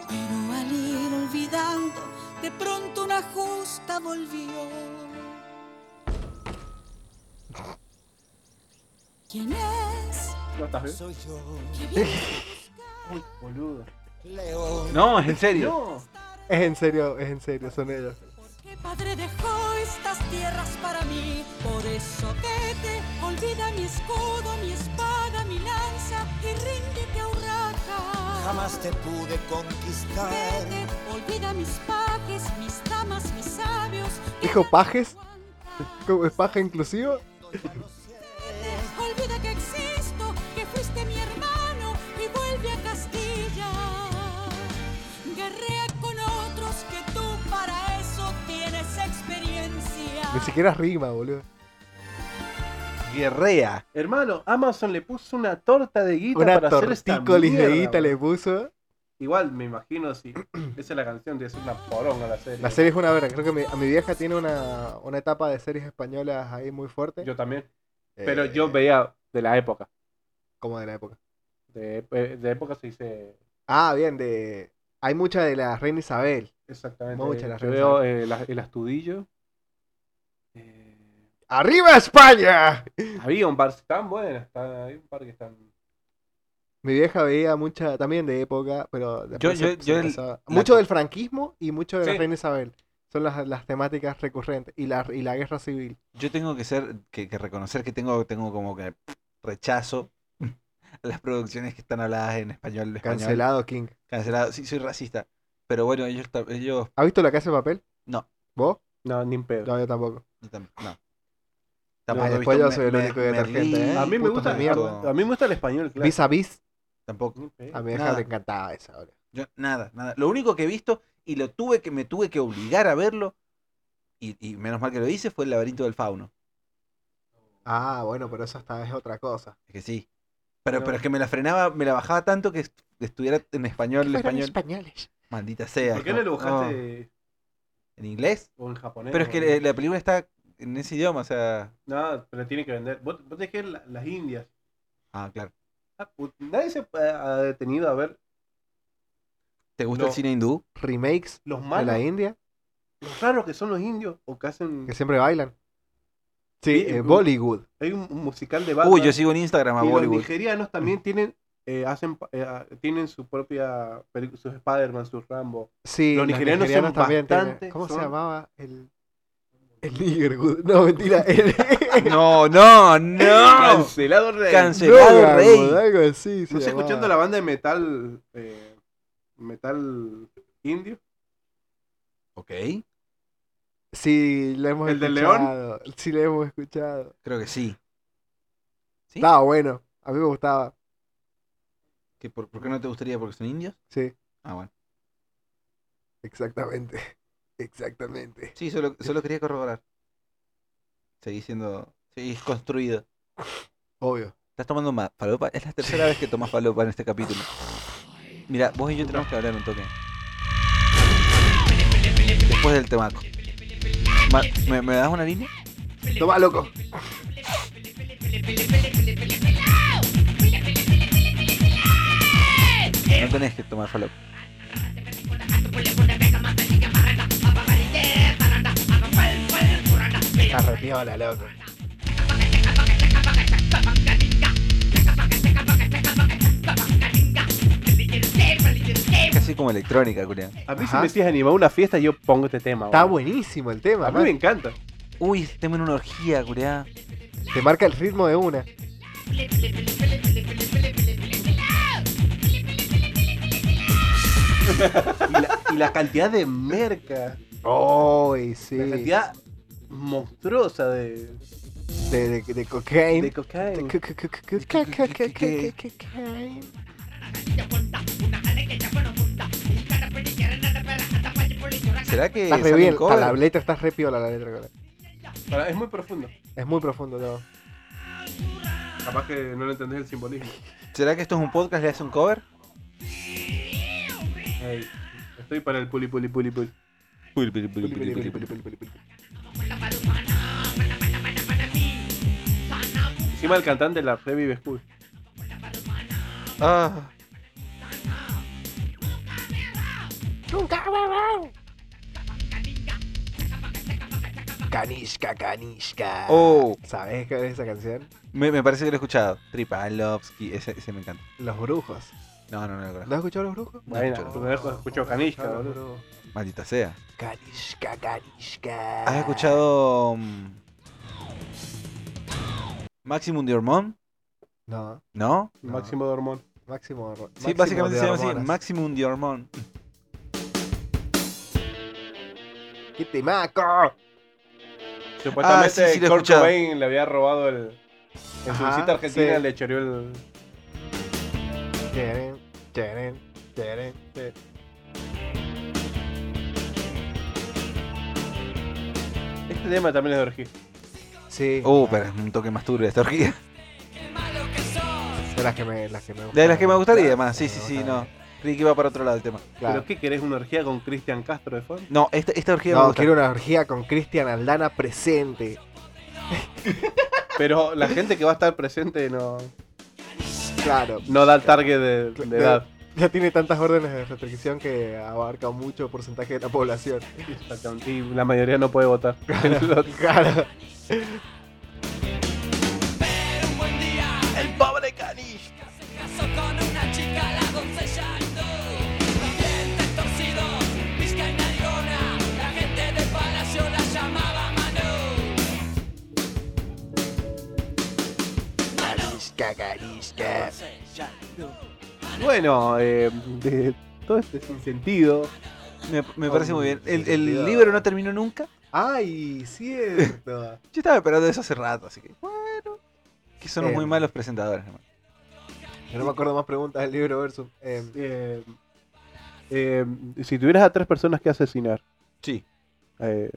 [SPEAKER 5] Pero al ir olvidando, de pronto una justa volvió. ¿Quién es?
[SPEAKER 3] ¿No estás bien?
[SPEAKER 6] Soy yo,
[SPEAKER 5] ¿Qué viene
[SPEAKER 3] Uy, boludo.
[SPEAKER 6] León.
[SPEAKER 1] No, es en serio.
[SPEAKER 3] No.
[SPEAKER 2] Es en serio, es en serio, son ellos.
[SPEAKER 5] Que padre dejó estas tierras para mí, por eso vete, olvida mi escudo, mi espada, mi lanza y ríndete a Urraca.
[SPEAKER 6] Jamás te pude conquistar.
[SPEAKER 5] Vete, olvida mis pajes, mis damas, mis sabios. y
[SPEAKER 2] ¿Dijo
[SPEAKER 5] ya
[SPEAKER 2] pajes?
[SPEAKER 5] no aguantas.
[SPEAKER 2] ¿Cómo es paja inclusivo?
[SPEAKER 6] No, ya lo sé.
[SPEAKER 5] Vete, olvida que existo, que fuiste mi hermano y vuelve a Castilla. Guerrea con otros que tú para eso tienes experiencia.
[SPEAKER 2] Ni siquiera rima, boludo. Guerrea.
[SPEAKER 3] Hermano, Amazon le puso una torta de guita
[SPEAKER 2] Una
[SPEAKER 3] para hacer esta
[SPEAKER 2] tortícolis de
[SPEAKER 3] mierda,
[SPEAKER 2] guita le
[SPEAKER 3] boludo.
[SPEAKER 2] puso.
[SPEAKER 3] Igual, me imagino si (clears throat) esa es la canción, debe ser una poronga la serie.
[SPEAKER 2] La serie es una verga. Creo que mi, a mi vieja tiene una, una etapa de series españolas ahí muy fuerte.
[SPEAKER 3] Yo también. Pero
[SPEAKER 2] Eh,
[SPEAKER 3] yo veía de la época.
[SPEAKER 2] Como de la época.
[SPEAKER 3] De, eh, de época se dice
[SPEAKER 2] Ah, bien, de. Hay mucha de la Reina Isabel.
[SPEAKER 3] exactamente.
[SPEAKER 2] Muchas las
[SPEAKER 3] yo
[SPEAKER 2] redes
[SPEAKER 3] veo eh, la- el astudillo. Eh,
[SPEAKER 2] ¡Arriba España!
[SPEAKER 3] había un par tan buenas. está- hay un par que están.
[SPEAKER 2] Mi vieja veía mucha también de época, pero después
[SPEAKER 1] Yo- yo-
[SPEAKER 2] se-
[SPEAKER 1] yo
[SPEAKER 2] se
[SPEAKER 1] el-
[SPEAKER 2] pasaba.
[SPEAKER 1] la-
[SPEAKER 2] mucho del franquismo y mucho de la
[SPEAKER 3] Sí.
[SPEAKER 2] Reina Isabel. Son las, las temáticas recurrentes. Y la, y la guerra civil.
[SPEAKER 1] Yo tengo que ser, que, que reconocer que tengo, tengo como que rechazo (laughs) a las producciones que están habladas en español. español.
[SPEAKER 2] Cancelado, King.
[SPEAKER 1] Cancelado. Sí, soy racista. Pero bueno, ellos, ta- ellos
[SPEAKER 2] ¿Has visto la casa de papel?
[SPEAKER 1] No.
[SPEAKER 2] ¿Vos?
[SPEAKER 3] No, ni un pedo.
[SPEAKER 2] No, yo tampoco.
[SPEAKER 1] Yo tam- No.
[SPEAKER 2] Ah,
[SPEAKER 1] he
[SPEAKER 2] después
[SPEAKER 1] visto
[SPEAKER 2] yo soy el
[SPEAKER 1] Me-
[SPEAKER 2] único detergente,
[SPEAKER 1] Merlí,
[SPEAKER 2] ¿eh?
[SPEAKER 3] a mí me
[SPEAKER 2] putos
[SPEAKER 3] gusta.
[SPEAKER 2] de
[SPEAKER 1] Puto Rico,
[SPEAKER 2] mierda.
[SPEAKER 3] A, mí me gusta el español, claro.
[SPEAKER 2] Vis a vis.
[SPEAKER 1] Tampoco.
[SPEAKER 3] Ni un pedo.
[SPEAKER 2] A mi vieja
[SPEAKER 1] Nada.
[SPEAKER 2] le encantaba esa hora.
[SPEAKER 1] Yo, nada, nada. Lo único que he visto y lo tuve que, me tuve que obligar a verlo, y, y menos mal que lo hice, fue el laberinto del fauno.
[SPEAKER 2] Ah, bueno, pero eso esta vez es otra cosa.
[SPEAKER 1] Es que sí. Pero,
[SPEAKER 3] No.
[SPEAKER 1] pero es que me la frenaba, me la bajaba tanto que estuviera en español, el español.
[SPEAKER 2] españoles.
[SPEAKER 1] Maldita sea.
[SPEAKER 3] ¿Por qué
[SPEAKER 1] como-
[SPEAKER 3] no lo buscaste
[SPEAKER 1] ¿En inglés?
[SPEAKER 3] o en japonés?
[SPEAKER 1] Pero es
[SPEAKER 3] o
[SPEAKER 1] que eh,
[SPEAKER 3] en-
[SPEAKER 1] la- la película está en ese idioma, o sea.
[SPEAKER 3] No, pero tiene que vender. Vos, vos tenés que ver la- las indias.
[SPEAKER 1] Ah, claro.
[SPEAKER 3] Ah, pu- Nadie se ha ha detenido a ver
[SPEAKER 1] ¿Te gusta
[SPEAKER 3] No.
[SPEAKER 1] el cine hindú?
[SPEAKER 2] Remakes
[SPEAKER 3] los
[SPEAKER 2] de la
[SPEAKER 3] malos,
[SPEAKER 2] India,
[SPEAKER 3] los raros que son los indios o que hacen.
[SPEAKER 2] que siempre bailan. Sí,
[SPEAKER 3] Sí,
[SPEAKER 2] eh,
[SPEAKER 3] uh.
[SPEAKER 2] Bollywood.
[SPEAKER 3] Hay un, un musical de Batman.
[SPEAKER 1] Uy, yo sigo en Instagram a
[SPEAKER 3] Y los
[SPEAKER 1] Bollywood.
[SPEAKER 3] nigerianos también tienen eh, hacen pa- eh, ah, tienen su propia peli- sus Spider-Man, sus Rambo.
[SPEAKER 2] Sí,
[SPEAKER 3] Los nigerianos son
[SPEAKER 2] tienen-
[SPEAKER 3] bastante-
[SPEAKER 2] ¿Cómo
[SPEAKER 3] son-
[SPEAKER 2] se llamaba? El, el Niggerwood. No, mentira. El,
[SPEAKER 1] (laughs) No, no, no.
[SPEAKER 3] Cancelado Rey.
[SPEAKER 1] Cancelado
[SPEAKER 2] Noggerwood,
[SPEAKER 1] Rey.
[SPEAKER 2] algo así se
[SPEAKER 3] ¿No está
[SPEAKER 2] llamaba.
[SPEAKER 3] escuchando la banda de metal eh, metal indio?
[SPEAKER 1] Ok,
[SPEAKER 2] Sí, la hemos
[SPEAKER 3] ¿El del león?
[SPEAKER 2] escuchado. Sí, la hemos escuchado.
[SPEAKER 1] creo que sí. ¿Sí?
[SPEAKER 2] Estaba bueno. A mí me gustaba.
[SPEAKER 1] ¿Que por, por qué no te gustaría? ¿Porque son indios?
[SPEAKER 2] Sí,
[SPEAKER 1] Ah, bueno.
[SPEAKER 2] exactamente. Exactamente.
[SPEAKER 1] Sí, solo, solo quería corroborar. Seguís siendo. Seguís construido.
[SPEAKER 2] Obvio.
[SPEAKER 1] ¿Estás tomando ma- falopa? Es la tercera vez que tomas falopa en este capítulo. Mira, vos y yo tenemos que hablar un toque. Después del temaco. Ma- ¿me, me das una línea?
[SPEAKER 2] Toma, loco.
[SPEAKER 1] No tenés que tomar falopa.
[SPEAKER 2] Carretiola, loco.
[SPEAKER 1] Es casi como electrónica, Julián.
[SPEAKER 3] A mí si
[SPEAKER 2] Ajá.
[SPEAKER 3] me decís animar una fiesta yo pongo este tema.
[SPEAKER 2] Está
[SPEAKER 3] boludo.
[SPEAKER 2] buenísimo el tema.
[SPEAKER 3] A mí me
[SPEAKER 2] man.
[SPEAKER 3] encanta.
[SPEAKER 1] Uy, este tema en una orgía, Julián.
[SPEAKER 2] Te marca el ritmo de una.
[SPEAKER 3] Y la, y la cantidad de merca,
[SPEAKER 2] ¡Ay, sí!
[SPEAKER 3] la
[SPEAKER 2] De,
[SPEAKER 3] cantidad monstruosa de,
[SPEAKER 2] de, de cocaine.
[SPEAKER 3] de cocaína.
[SPEAKER 2] Em, De co- co- co- co- co- co- co- co- co- cocaine.
[SPEAKER 1] ¿Será que.?
[SPEAKER 2] Está re
[SPEAKER 1] sale
[SPEAKER 2] bien.
[SPEAKER 1] en cover?
[SPEAKER 2] La letra está re piola, la letra. colega.
[SPEAKER 3] Pará, Es muy profundo.
[SPEAKER 2] Es muy profundo, loco.
[SPEAKER 3] Capaz que no lo entendés el simbolismo.
[SPEAKER 1] ¿Será que esto es un podcast? ¿Le hace un cover?
[SPEAKER 3] Ey, estoy para el puli puli puli puli. Encima el cantante la revive School.
[SPEAKER 1] Ah,
[SPEAKER 2] Canisca, canisca.
[SPEAKER 1] oh,
[SPEAKER 2] ¿Sabés qué es esa canción?
[SPEAKER 1] me, me parece que lo he escuchado. Tripalovsky, ese, ese me encanta.
[SPEAKER 2] Los brujos.
[SPEAKER 1] No, no, no lo conozco.
[SPEAKER 2] ¿No has escuchado los brujos?
[SPEAKER 1] No,
[SPEAKER 3] Bueno,
[SPEAKER 1] escucho.
[SPEAKER 3] tú me dejas- escucho Canisca,
[SPEAKER 2] Claro,
[SPEAKER 3] boludo.
[SPEAKER 2] bro.
[SPEAKER 1] Maldita sea.
[SPEAKER 2] Canisca, canisca.
[SPEAKER 1] ¿Has escuchado. mm, Maximum de Hormón?
[SPEAKER 2] No,
[SPEAKER 1] ¿No?
[SPEAKER 2] No.
[SPEAKER 3] Máximo de hormón.
[SPEAKER 2] Máximo. Sí,
[SPEAKER 1] Sí, básicamente se llama así: Maximum de Hormón.
[SPEAKER 2] ¡Qué temaco!
[SPEAKER 3] Supuestamente
[SPEAKER 1] Ah, sí, sí, lo he
[SPEAKER 3] Kurt
[SPEAKER 1] escuchado.
[SPEAKER 3] Cobain le había robado el. En su
[SPEAKER 2] Ajá,
[SPEAKER 3] visita a Argentina
[SPEAKER 2] sí.
[SPEAKER 3] le choreó el.
[SPEAKER 2] Cheren, cheren, cheren, cheren.
[SPEAKER 3] Este tema también es de orgía.
[SPEAKER 2] Sí.
[SPEAKER 1] Uh, pero es un toque más turbio esta orgía.
[SPEAKER 2] De las que me, las que me
[SPEAKER 1] De las que me gustaría,
[SPEAKER 2] Claro,
[SPEAKER 1] además. Sí,
[SPEAKER 2] me
[SPEAKER 1] sí, sí, no.
[SPEAKER 2] gustaron.
[SPEAKER 1] Creí que iba para otro lado el tema.
[SPEAKER 2] Claro.
[SPEAKER 3] ¿Pero qué querés? ¿Una orgía con Cristian Castro de fondo?
[SPEAKER 1] No, esta, esta orgía me
[SPEAKER 2] No,
[SPEAKER 1] gusta.
[SPEAKER 2] quiero una orgía con Cristian Aldana presente.
[SPEAKER 3] Pero la gente que va a estar presente no,
[SPEAKER 2] Claro.
[SPEAKER 3] no da el target de, de edad.
[SPEAKER 2] Ya tiene tantas órdenes de restricción que abarca mucho porcentaje de la población.
[SPEAKER 3] Exactamente, Y la mayoría no puede votar. (laughs) Lo-
[SPEAKER 2] Claro.
[SPEAKER 5] Casó con una chica la doncella hindú. También torcidos, pizca y narigona. La gente del palacio la llamaba Manu.
[SPEAKER 2] Carisca, carisca.
[SPEAKER 3] bueno, eh, de todo este sinsentido.
[SPEAKER 1] Me, me parece muy bien. El, el
[SPEAKER 2] Oh, Sentido.
[SPEAKER 1] libro no terminó nunca.
[SPEAKER 2] Ay, cierto.
[SPEAKER 1] Yo estaba esperando eso hace rato, así que bueno. Que son
[SPEAKER 2] Eh,
[SPEAKER 1] muy malos presentadores, hermano.
[SPEAKER 2] Yo no me acuerdo más preguntas del libro versus. em,
[SPEAKER 3] eh, eh, si tuvieras a tres personas que asesinar,
[SPEAKER 1] Sí.
[SPEAKER 3] eh,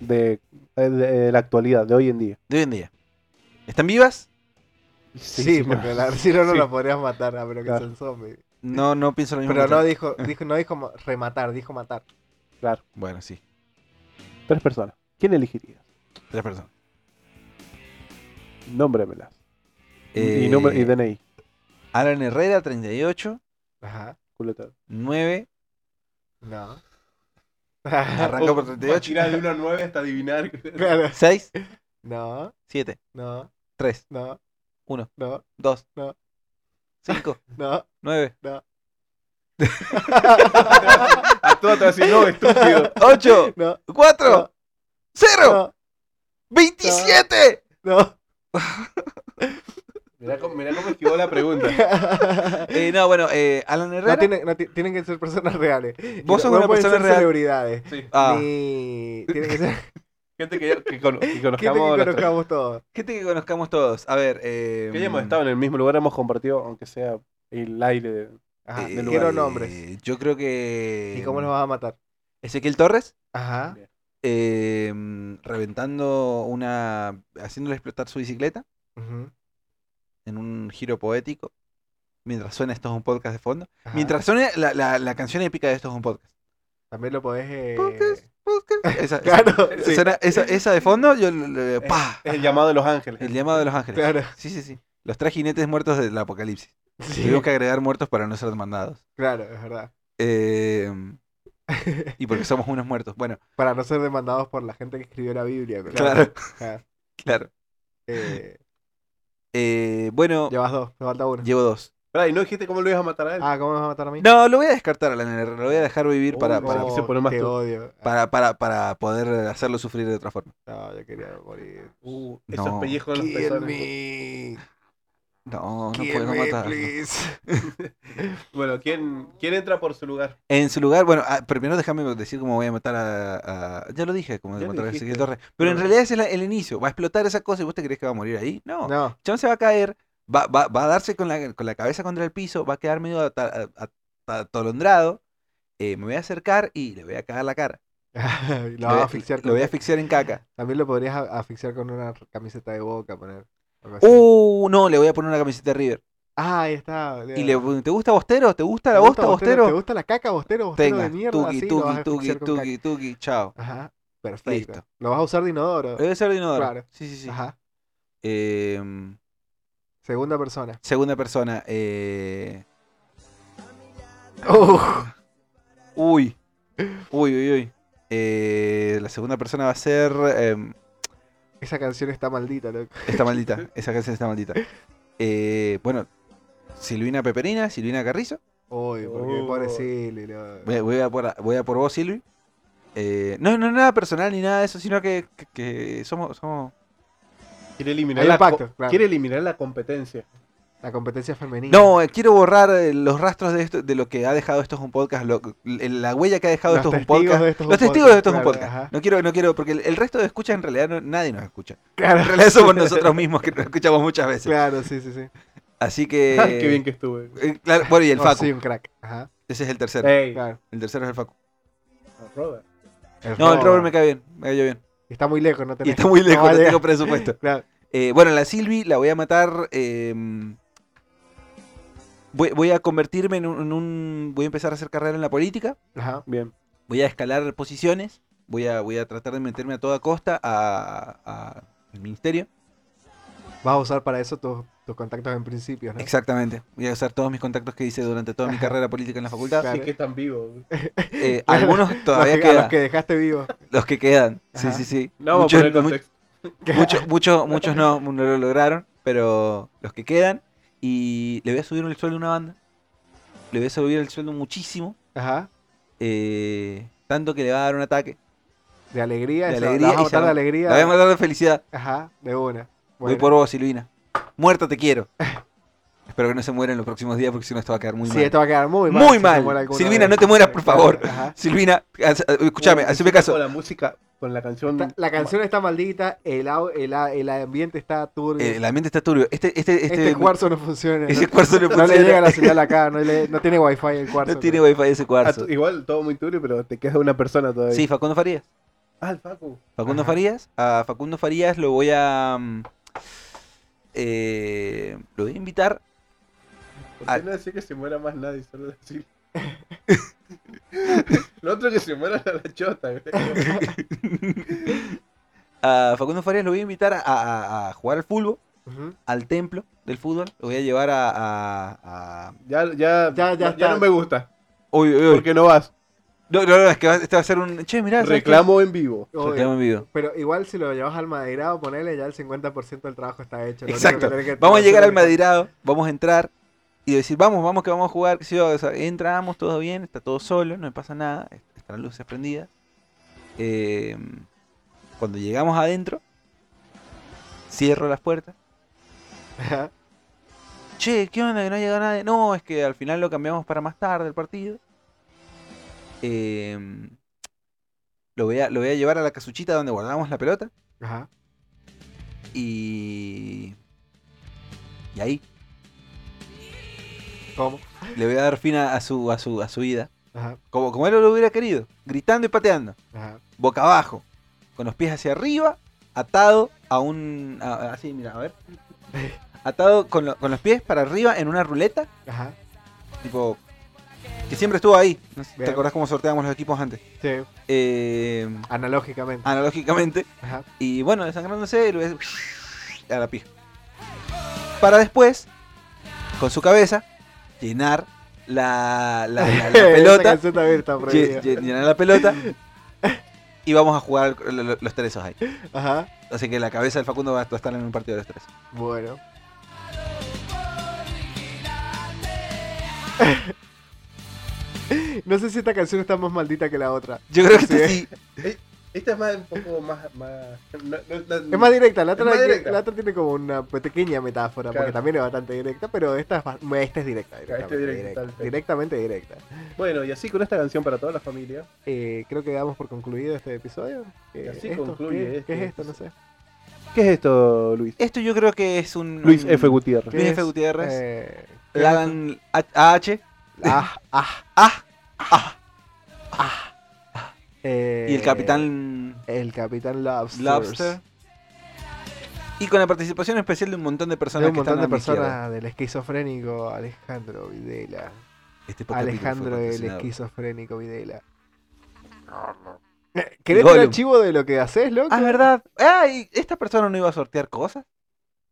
[SPEAKER 3] de, de- de la actualidad, de hoy en día.
[SPEAKER 1] De hoy en día. ¿Están vivas?
[SPEAKER 2] Sí,
[SPEAKER 3] sí,
[SPEAKER 2] porque
[SPEAKER 3] pero-
[SPEAKER 2] la, si no, no
[SPEAKER 3] sí.
[SPEAKER 2] lo podrías matar, a menos que
[SPEAKER 3] Claro.
[SPEAKER 2] son zombies.
[SPEAKER 1] No, no pienso lo mismo.
[SPEAKER 2] Pero
[SPEAKER 1] que
[SPEAKER 2] no
[SPEAKER 1] tú.
[SPEAKER 2] dijo, dijo, no dijo ma- rematar, dijo matar.
[SPEAKER 3] Claro,
[SPEAKER 1] Bueno, sí.
[SPEAKER 3] tres personas. ¿Quién elegirías?
[SPEAKER 1] Tres personas.
[SPEAKER 3] Nómbremelas.
[SPEAKER 1] Eh,
[SPEAKER 3] Y, nombre, y DNI.
[SPEAKER 1] Alan Herrera, 38,
[SPEAKER 2] Ajá.
[SPEAKER 3] Culeta.
[SPEAKER 1] 9.
[SPEAKER 2] No. Ah, oh,
[SPEAKER 1] Arranca por 38.
[SPEAKER 3] Tirar de 1 a 9 hasta adivinar.
[SPEAKER 2] (laughs)
[SPEAKER 3] (laughs)
[SPEAKER 2] Claro.
[SPEAKER 1] 6,
[SPEAKER 2] No,
[SPEAKER 1] 7,
[SPEAKER 2] no,
[SPEAKER 1] 3,
[SPEAKER 2] no,
[SPEAKER 1] 1,
[SPEAKER 2] no,
[SPEAKER 1] 2,
[SPEAKER 2] No. (laughs)
[SPEAKER 1] 5, (laughs)
[SPEAKER 2] no.
[SPEAKER 1] 9,
[SPEAKER 3] a todos te vas a decir, no, estúpido.
[SPEAKER 1] 8,
[SPEAKER 2] No,
[SPEAKER 1] 4,
[SPEAKER 2] no,
[SPEAKER 1] 0,
[SPEAKER 2] no,
[SPEAKER 1] 27.
[SPEAKER 2] no. (laughs)
[SPEAKER 3] Mirá cómo, mirá cómo esquivó la pregunta.
[SPEAKER 1] Eh, no, bueno, eh, Alan
[SPEAKER 2] No
[SPEAKER 1] Herrera.
[SPEAKER 2] tienen, no ti- tienen que ser personas reales.
[SPEAKER 1] Vos sos
[SPEAKER 2] no
[SPEAKER 1] una
[SPEAKER 2] pueden
[SPEAKER 1] persona
[SPEAKER 2] ser
[SPEAKER 1] real.
[SPEAKER 2] celebridades.
[SPEAKER 3] Sí.
[SPEAKER 1] Ah,
[SPEAKER 2] Ni... Tienen
[SPEAKER 1] (laughs)
[SPEAKER 2] que ser
[SPEAKER 3] Gente que, que, cono- que
[SPEAKER 2] gente que
[SPEAKER 3] conozcamos. la-
[SPEAKER 2] conozcamos todos.
[SPEAKER 1] gente que conozcamos todos. A ver. Eh,
[SPEAKER 3] Que hayamos estado en el mismo lugar, hemos compartido, aunque sea el aire. de-
[SPEAKER 2] Ajá,
[SPEAKER 1] eh,
[SPEAKER 2] quiero nombres.
[SPEAKER 1] eh, Yo creo que.
[SPEAKER 2] ¿Y cómo los vas a matar?
[SPEAKER 1] Ezequiel Torres.
[SPEAKER 2] Ajá.
[SPEAKER 1] eh, reventando una. haciéndole explotar su bicicleta
[SPEAKER 2] ujú,
[SPEAKER 1] en un giro poético. Mientras suena esto es un podcast de fondo.
[SPEAKER 2] ajá.
[SPEAKER 1] Mientras suene la, la- la canción épica de esto es un podcast.
[SPEAKER 2] También lo podés... eh,
[SPEAKER 1] Podcast, podcast. Esa, esa-
[SPEAKER 2] (laughs) Claro,
[SPEAKER 1] esa-
[SPEAKER 2] sí, Eh,
[SPEAKER 1] suena- esa- esa de fondo, yo le- le- ¡pa!
[SPEAKER 3] Es el llamado de los ángeles.
[SPEAKER 1] El llamado de los ángeles.
[SPEAKER 2] claro.
[SPEAKER 1] Sí, sí, sí. Los tres jinetes muertos del apocalipsis.
[SPEAKER 2] Sí,
[SPEAKER 1] Tuvimos que agregar muertos para no ser mandados.
[SPEAKER 2] Claro, es verdad. (laughs)
[SPEAKER 1] Eh, y porque somos unos muertos. Bueno,
[SPEAKER 2] Para no ser demandados por la gente que escribió la Biblia. pero-
[SPEAKER 1] Claro.
[SPEAKER 2] Ajá.
[SPEAKER 1] claro.
[SPEAKER 2] Eh,
[SPEAKER 1] Eh, bueno,
[SPEAKER 2] llevas dos, me falta uno.
[SPEAKER 1] llevo dos.
[SPEAKER 3] Pará, y no dijiste cómo lo ibas a matar a él.
[SPEAKER 2] Ah, ¿cómo me vas a matar a mí?
[SPEAKER 1] No, lo voy a descartar a la nena. Lo voy a dejar vivir para,
[SPEAKER 3] Uy,
[SPEAKER 1] para,
[SPEAKER 3] no.
[SPEAKER 2] Oh,
[SPEAKER 3] se pone más
[SPEAKER 2] te
[SPEAKER 3] tú.
[SPEAKER 2] odio. Ah,
[SPEAKER 1] para, para, para poder hacerlo sufrir de otra forma.
[SPEAKER 2] No, yo quería morir.
[SPEAKER 3] Uh, esos
[SPEAKER 1] No.
[SPEAKER 3] pellejos de los
[SPEAKER 2] Kill
[SPEAKER 3] pezones.
[SPEAKER 2] me.
[SPEAKER 1] No, no
[SPEAKER 2] Kill
[SPEAKER 1] podemos
[SPEAKER 2] me,
[SPEAKER 1] matarlo.
[SPEAKER 2] please.
[SPEAKER 3] Bueno, ¿quién, ¿quién entra por su lugar?
[SPEAKER 1] En su lugar, bueno, ah, primero déjame decir cómo voy a matar a. a- ya lo dije, cómo voy a
[SPEAKER 3] Ya lo
[SPEAKER 1] matar a
[SPEAKER 3] dijiste.
[SPEAKER 1] Ezequiel Torres. Pero en
[SPEAKER 3] Pero-
[SPEAKER 1] realidad es el, el inicio. Va a explotar esa cosa y vos te crees que va a morir ahí. No.
[SPEAKER 2] No,
[SPEAKER 1] Chabón se va a caer, va, va- va a darse con la, con la cabeza contra el piso, va a quedar medio ata- a- a- atolondrado. eh, me voy a acercar y le voy a cagar la cara. (laughs)
[SPEAKER 2] lo
[SPEAKER 1] Le
[SPEAKER 2] vas
[SPEAKER 1] voy
[SPEAKER 2] a
[SPEAKER 1] a-
[SPEAKER 2] asfixiar.
[SPEAKER 1] Lo voy a
[SPEAKER 2] con-
[SPEAKER 1] asfixiar en caca.
[SPEAKER 2] También lo podrías a- asfixiar con una r- camiseta de boca, poner. algo así.
[SPEAKER 1] Uh, no, le voy a poner una camiseta de River.
[SPEAKER 2] Ah, ahí está.
[SPEAKER 1] Y
[SPEAKER 2] boludo.
[SPEAKER 1] le,
[SPEAKER 2] ¿Te
[SPEAKER 1] ¿Te gusta Bostero? ¿Te gusta la
[SPEAKER 2] gusta
[SPEAKER 1] bosta,
[SPEAKER 2] ¿Te
[SPEAKER 1] Bostero?
[SPEAKER 2] gusta la caca, bostero? Bostero
[SPEAKER 1] Tenga,
[SPEAKER 2] de mierda.
[SPEAKER 1] tuki,
[SPEAKER 2] así lo vas
[SPEAKER 1] tuki,
[SPEAKER 2] a
[SPEAKER 1] tuki,
[SPEAKER 2] asfixiar con caca.
[SPEAKER 1] tuki, tuki, chao.
[SPEAKER 2] Ajá, perfecto.
[SPEAKER 1] Listo.
[SPEAKER 2] Lo vas a usar de inodoro.
[SPEAKER 1] Le voy a hacer de inodoro.
[SPEAKER 2] Claro.
[SPEAKER 1] Sí, sí, sí.
[SPEAKER 2] Ajá.
[SPEAKER 1] Eh,
[SPEAKER 2] Segunda persona.
[SPEAKER 1] segunda persona. eh,
[SPEAKER 2] Uh,
[SPEAKER 1] Ah. Uy. Uy, uy, uy. Eh, la segunda persona va a ser... em,
[SPEAKER 2] esa canción está maldita, loco.
[SPEAKER 1] Está
[SPEAKER 2] (laughs)
[SPEAKER 1] maldita, esa canción está maldita. Eh, bueno, Silvina Peperina, Silvina Carrizo.
[SPEAKER 2] Uy, porque
[SPEAKER 3] Oh.
[SPEAKER 2] pobre Silvi, loco.
[SPEAKER 1] Voy, voy a, por, voy a por vos, Silvi. Eh, no, no es nada personal ni nada de eso, sino que, que- que somos, somos.
[SPEAKER 3] Quiere eliminar,
[SPEAKER 2] Hay
[SPEAKER 3] la,
[SPEAKER 2] un pacto,
[SPEAKER 3] co-
[SPEAKER 2] claro.
[SPEAKER 3] quiere eliminar
[SPEAKER 2] (laughs)
[SPEAKER 3] la competencia.
[SPEAKER 2] La competencia femenina.
[SPEAKER 1] No, eh, quiero borrar eh, los rastros de esto, de lo que ha dejado esto es un podcast, lo- la huella que ha dejado
[SPEAKER 2] Los
[SPEAKER 1] esto es un
[SPEAKER 2] testigos
[SPEAKER 1] podcast.
[SPEAKER 2] de Esto es un
[SPEAKER 1] los testigos de esto es un
[SPEAKER 2] Podcast,
[SPEAKER 1] podcast.
[SPEAKER 2] claro, ajá.
[SPEAKER 1] No quiero, no quiero, porque el, el resto de escuchas en realidad no- nadie nos escucha. En
[SPEAKER 2] (laughs) Claro,
[SPEAKER 1] realidad
[SPEAKER 2] (laughs)
[SPEAKER 1] somos nosotros mismos que nos escuchamos muchas veces.
[SPEAKER 2] claro, sí, sí, sí.
[SPEAKER 1] Así
[SPEAKER 2] (laughs)
[SPEAKER 1] que.
[SPEAKER 3] Qué bien que estuve.
[SPEAKER 1] eh, claro, bueno, y el
[SPEAKER 2] Oh,
[SPEAKER 1] Facu.
[SPEAKER 2] Sí, Eh, un crack. Ajá,
[SPEAKER 1] Ese es el tercero.
[SPEAKER 3] Ey,
[SPEAKER 2] claro.
[SPEAKER 1] El tercero es el Facu.
[SPEAKER 3] Robert.
[SPEAKER 1] No, el Robert me cae bien, me cayó bien.
[SPEAKER 2] Está muy lejos, no
[SPEAKER 1] Y
[SPEAKER 2] tenés.
[SPEAKER 1] está muy lejos,
[SPEAKER 2] no
[SPEAKER 1] no
[SPEAKER 2] vale.
[SPEAKER 1] tengo
[SPEAKER 2] (laughs)
[SPEAKER 1] presupuesto.
[SPEAKER 2] Claro.
[SPEAKER 1] Eh, bueno, la Silvi la voy a matar. eh, voy, voy a convertirme en un, en un- Voy a empezar a hacer carrera en la política.
[SPEAKER 2] Ajá.
[SPEAKER 3] Bien.
[SPEAKER 1] Voy a escalar posiciones. Voy a, voy a tratar de meterme a toda costa a- a- al ministerio.
[SPEAKER 2] Vas a usar para eso tus tus contactos en principio, ¿no?
[SPEAKER 1] Exactamente. Voy a usar todos mis contactos que hice durante toda mi
[SPEAKER 2] Ajá.
[SPEAKER 1] carrera política en la facultad.
[SPEAKER 2] Claro.
[SPEAKER 3] Sí que están
[SPEAKER 2] (laughs)
[SPEAKER 3] vivos.
[SPEAKER 1] Eh, algunos todavía
[SPEAKER 2] los que, a
[SPEAKER 1] quedan.
[SPEAKER 2] los que dejaste vivos.
[SPEAKER 1] Los que quedan. Sí,
[SPEAKER 2] Ajá.
[SPEAKER 1] sí, sí.
[SPEAKER 3] No vamos
[SPEAKER 1] Muchos-
[SPEAKER 3] a poner
[SPEAKER 1] mu-
[SPEAKER 3] contexto.
[SPEAKER 1] Muchos, muchos, muchos no, no lo lograron, pero los que quedan. Y le voy a subir el sueldo a una banda. Le voy a subir el sueldo muchísimo.
[SPEAKER 2] Ajá.
[SPEAKER 1] eh, tanto que le va a dar un ataque.
[SPEAKER 2] De alegría.
[SPEAKER 1] De
[SPEAKER 2] esa- la
[SPEAKER 1] alegría
[SPEAKER 2] vas a
[SPEAKER 1] y se
[SPEAKER 2] matar de
[SPEAKER 1] va-
[SPEAKER 2] alegría.
[SPEAKER 1] La voy a matar de felicidad.
[SPEAKER 2] Ajá, de una.
[SPEAKER 1] Voy
[SPEAKER 2] Bueno,
[SPEAKER 1] por vos, Silvina. Muerta te
[SPEAKER 2] (laughs)
[SPEAKER 1] quiero. Espero que no se muera en los próximos días porque si no esto va a quedar muy
[SPEAKER 2] Sí,
[SPEAKER 1] mal.
[SPEAKER 2] esto va a quedar muy mal.
[SPEAKER 1] Muy
[SPEAKER 2] si te
[SPEAKER 1] mal.
[SPEAKER 2] muere alguno
[SPEAKER 1] Silvina,
[SPEAKER 2] de-
[SPEAKER 1] no te mueras, por
[SPEAKER 2] Claro,
[SPEAKER 1] favor.
[SPEAKER 2] Ajá.
[SPEAKER 1] Silvina, haz- escúchame,
[SPEAKER 3] Uh,
[SPEAKER 1] hazme caso.
[SPEAKER 3] Con la música, con la canción.
[SPEAKER 2] Está- La canción está maldita, el, au- el, a- el ambiente está turbio.
[SPEAKER 1] Eh, el ambiente está turbio. Este, este,
[SPEAKER 2] este
[SPEAKER 1] este,
[SPEAKER 2] cuarzo no funciona.
[SPEAKER 1] (laughs) ese
[SPEAKER 2] no,
[SPEAKER 1] cuarzo no,
[SPEAKER 2] no le
[SPEAKER 1] funciona.
[SPEAKER 2] llega la señal acá, no, le- no tiene wifi el cuarzo.
[SPEAKER 1] No tiene wifi ese
[SPEAKER 3] Ah,
[SPEAKER 1] cuarzo.
[SPEAKER 3] tú- igual todo muy turbio, pero te queda una persona todavía.
[SPEAKER 1] Sí, Facundo Farías.
[SPEAKER 3] Ah, el Facu.
[SPEAKER 1] Facundo
[SPEAKER 2] Ajá.
[SPEAKER 1] Farías, a Facundo Farías lo voy a. mm, eh, lo voy a invitar
[SPEAKER 3] ¿Por
[SPEAKER 1] Ah.
[SPEAKER 3] qué no decir que se muera más nadie? Solo decir. (laughs) Lo otro que se muera la la chota. güey.
[SPEAKER 1] a Facundo Farias, lo voy a invitar a, a- a jugar al fútbol,
[SPEAKER 2] Ujú.
[SPEAKER 1] al templo del fútbol. Lo voy a llevar a. a- a-
[SPEAKER 3] Ya,
[SPEAKER 2] Ya-
[SPEAKER 3] ya,
[SPEAKER 2] ya
[SPEAKER 3] ya,
[SPEAKER 2] está.
[SPEAKER 3] no me gusta.
[SPEAKER 1] Uy, uy, uy.
[SPEAKER 3] Porque no vas.
[SPEAKER 1] No, no, no, es que va- este va a ser un. Che, mirá, ¿sabes qué?
[SPEAKER 3] Reclamo en vivo.
[SPEAKER 2] Obvio.
[SPEAKER 1] Reclamo en vivo.
[SPEAKER 2] Pero igual si lo llevas al maderado, ponele ya el 50% del trabajo está hecho. lo único
[SPEAKER 1] Exacto.
[SPEAKER 2] que tenés que
[SPEAKER 1] Vamos a
[SPEAKER 2] hacer
[SPEAKER 1] llegar
[SPEAKER 2] es-
[SPEAKER 1] al madirado, vamos a entrar y decir, vamos, vamos que vamos a jugar. qué sé yo, o sea, entramos, todo bien, está todo solo, no me pasa nada, están las luces prendidas. Eh, cuando llegamos adentro, cierro las puertas.
[SPEAKER 2] Ajá.
[SPEAKER 1] Che, ¿qué onda? Que no ha llegado nadie. No, es que al final lo cambiamos para más tarde el partido. Eh, lo, voy a, lo voy a llevar a la casuchita donde guardamos la pelota.
[SPEAKER 2] Ajá.
[SPEAKER 1] Y. Y ahí
[SPEAKER 2] ¿Cómo?
[SPEAKER 1] le voy a dar fin a, a su, a su, a su vida.
[SPEAKER 2] Ajá.
[SPEAKER 1] Como, como él lo hubiera querido. Gritando y pateando.
[SPEAKER 2] Ajá.
[SPEAKER 1] Boca abajo. Con los pies hacia arriba. Atado a un. a- a- así, mira, a ver. (laughs) Atado con, lo- con los pies para arriba en una ruleta.
[SPEAKER 2] Ajá.
[SPEAKER 1] Tipo. Que siempre estuvo ahí. No sé si ¿Te
[SPEAKER 2] Bien.
[SPEAKER 1] acordás cómo sorteábamos los equipos antes?
[SPEAKER 2] Sí,
[SPEAKER 1] Eh,
[SPEAKER 2] analógicamente.
[SPEAKER 1] analógicamente.
[SPEAKER 2] Ajá.
[SPEAKER 1] Y bueno, desangrándose, lo ves (sniffs) a la pija. Para después, con su cabeza, llenar la, la- la- la
[SPEAKER 2] (laughs) Esa
[SPEAKER 1] pelota.
[SPEAKER 2] canción también está
[SPEAKER 1] lle-
[SPEAKER 2] prohibida.
[SPEAKER 1] lle- llenar la
[SPEAKER 2] (laughs)
[SPEAKER 1] pelota. Y vamos a jugar lo- lo- los tresos ahí.
[SPEAKER 2] Ajá.
[SPEAKER 1] Así que la cabeza del Facundo va a estar en un partido de los tres.
[SPEAKER 2] Bueno. (laughs) No sé si esta canción está más maldita que la otra.
[SPEAKER 1] Yo creo que
[SPEAKER 2] Sí.
[SPEAKER 1] este sí.
[SPEAKER 3] Esta es más, un poco más. más no- no- no-
[SPEAKER 2] Es más directa, la otra,
[SPEAKER 3] Es más
[SPEAKER 2] que-
[SPEAKER 3] directa.
[SPEAKER 2] la otra tiene como una pequeña metáfora, porque
[SPEAKER 3] Claro.
[SPEAKER 2] también es bastante directa, pero esta es, ba- esta es directa. Directamente
[SPEAKER 3] directa,
[SPEAKER 2] directa,
[SPEAKER 3] tal vez.
[SPEAKER 2] directamente directa.
[SPEAKER 3] Bueno, y así con esta canción para toda la familia.
[SPEAKER 2] Eh, creo que damos por concluido este episodio. Eh,
[SPEAKER 3] Y así
[SPEAKER 2] esto,
[SPEAKER 3] concluye
[SPEAKER 2] ¿qué,
[SPEAKER 3] este
[SPEAKER 2] qué es esto? No sé.
[SPEAKER 3] ¿Qué es esto, Luis?
[SPEAKER 1] Esto yo creo que es un.
[SPEAKER 3] Eh, Luis
[SPEAKER 1] un-
[SPEAKER 3] F. Gutiérrez.
[SPEAKER 2] ¿Qué
[SPEAKER 1] Luis
[SPEAKER 2] es?
[SPEAKER 1] F. Gutiérrez.
[SPEAKER 2] Eh, ¿qué es esto?
[SPEAKER 1] Lagan AH.
[SPEAKER 2] Ah, ah,
[SPEAKER 1] Ah,
[SPEAKER 2] eh,
[SPEAKER 1] y el capitán
[SPEAKER 2] El Capitán Lobster.
[SPEAKER 1] Lobster. Y con la participación especial de un montón de
[SPEAKER 2] De
[SPEAKER 1] personas
[SPEAKER 2] un
[SPEAKER 1] que
[SPEAKER 2] montón de
[SPEAKER 1] están a mi izquierda.
[SPEAKER 2] personas del esquizofrénico Alejandro Videla.
[SPEAKER 1] Este podcast
[SPEAKER 2] Alejandro
[SPEAKER 1] fue
[SPEAKER 2] el
[SPEAKER 1] patrocinado.
[SPEAKER 2] esquizofrénico Videla. (laughs) ¿Querés un
[SPEAKER 1] Gollum.
[SPEAKER 2] archivo de lo que haces, loco?
[SPEAKER 1] Ah, es verdad. Ay, esta persona no iba a sortear
[SPEAKER 2] (laughs)
[SPEAKER 1] cosas.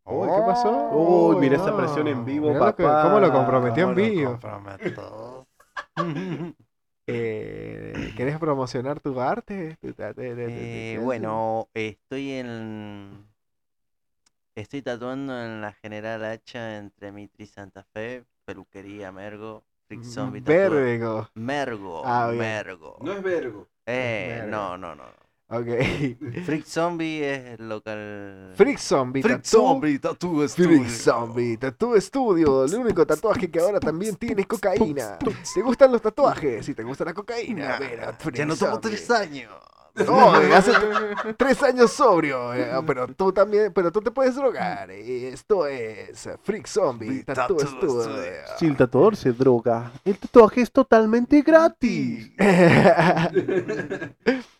[SPEAKER 2] Uy, ¿qué pasó?
[SPEAKER 3] Uy,
[SPEAKER 2] Uy,
[SPEAKER 3] mira esa
[SPEAKER 2] no.
[SPEAKER 3] presión en vivo,
[SPEAKER 2] Mirá lo
[SPEAKER 3] papá.
[SPEAKER 2] que- cómo lo comprometió en vivo. Eh, ¿Querés promocionar tu arte? Tu- ta- te- te- te- te-
[SPEAKER 7] Eh,
[SPEAKER 2] te-
[SPEAKER 7] bueno, estoy en. Estoy tatuando en la General Hacha entre Mitri y Santa Fe, Peluquería Mergo, Rick Zombie Tattoo.
[SPEAKER 2] Vergo.
[SPEAKER 7] Mergo,
[SPEAKER 2] Ah, bien.
[SPEAKER 7] Mergo.
[SPEAKER 1] vergo.
[SPEAKER 7] eh,
[SPEAKER 2] Mergo.
[SPEAKER 7] no, no, no.
[SPEAKER 2] (laughs)
[SPEAKER 1] (laughs)
[SPEAKER 2] Ok.
[SPEAKER 7] Freak Zombie es el local.
[SPEAKER 2] Freak Zombie.
[SPEAKER 7] Freak
[SPEAKER 2] Tattoo.
[SPEAKER 7] Zombie Tattoo Studio.
[SPEAKER 2] Freak Zombie, Tattoo Studio, el único tatuaje que ahora también tiene cocaína. ¿Te gustan los tatuajes? Si te gusta la cocaína, ven a Freak
[SPEAKER 7] Ya no tomo
[SPEAKER 2] Zombie.
[SPEAKER 7] tres años.
[SPEAKER 2] No, eh,
[SPEAKER 7] (laughs)
[SPEAKER 2] hace t- tres años sobrio, eh, pero tú también, pero tú te puedes drogar. y Esto es Freak Zombie,
[SPEAKER 7] Freak
[SPEAKER 2] Tattoo
[SPEAKER 7] Tattoo
[SPEAKER 2] Studio.
[SPEAKER 7] Studio.
[SPEAKER 3] Si el tatuador se droga, el tatuaje es totalmente gratis.
[SPEAKER 2] (laughs)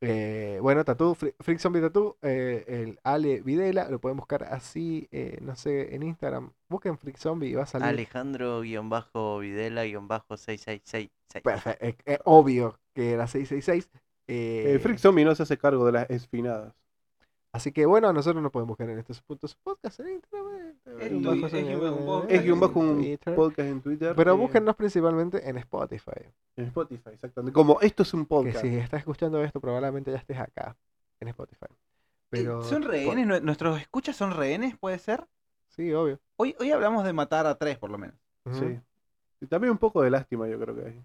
[SPEAKER 2] Eh, bueno, Tatú, Fri- Freak Zombie Tatú, eh, el Ale Videla, lo pueden buscar así, eh, no sé, en Instagram. Busquen Freak Zombie y va a salir.
[SPEAKER 7] Alejandro-Videla-6666.
[SPEAKER 2] Perfecto, eh, eh, obvio que era 666. eh,
[SPEAKER 3] Eh, Freak Zombie no se hace cargo de las espinadas.
[SPEAKER 2] Así que bueno, a nosotros nos pueden buscar en estos puntos podcast en Instagram.
[SPEAKER 1] Es guión bajo, es guión bajo un podcast.
[SPEAKER 3] Es guión bajo un
[SPEAKER 2] Twitter.
[SPEAKER 3] podcast en Twitter.
[SPEAKER 2] Pero
[SPEAKER 3] eh,
[SPEAKER 2] búsquennos principalmente en Spotify.
[SPEAKER 3] En Spotify, exactamente. Como esto es un
[SPEAKER 2] Que
[SPEAKER 3] podcast.
[SPEAKER 2] si estás escuchando esto, probablemente ya estés acá, en Spotify. Pero,
[SPEAKER 1] ¿Son rehenes? ¿Nue- ¿Nuestros escuchas son rehenes, puede ser?
[SPEAKER 2] Sí, obvio.
[SPEAKER 1] Hoy, hoy hablamos de matar a tres, por lo menos.
[SPEAKER 2] Ujú.
[SPEAKER 3] Sí. Y también un poco de lástima, yo creo que hay.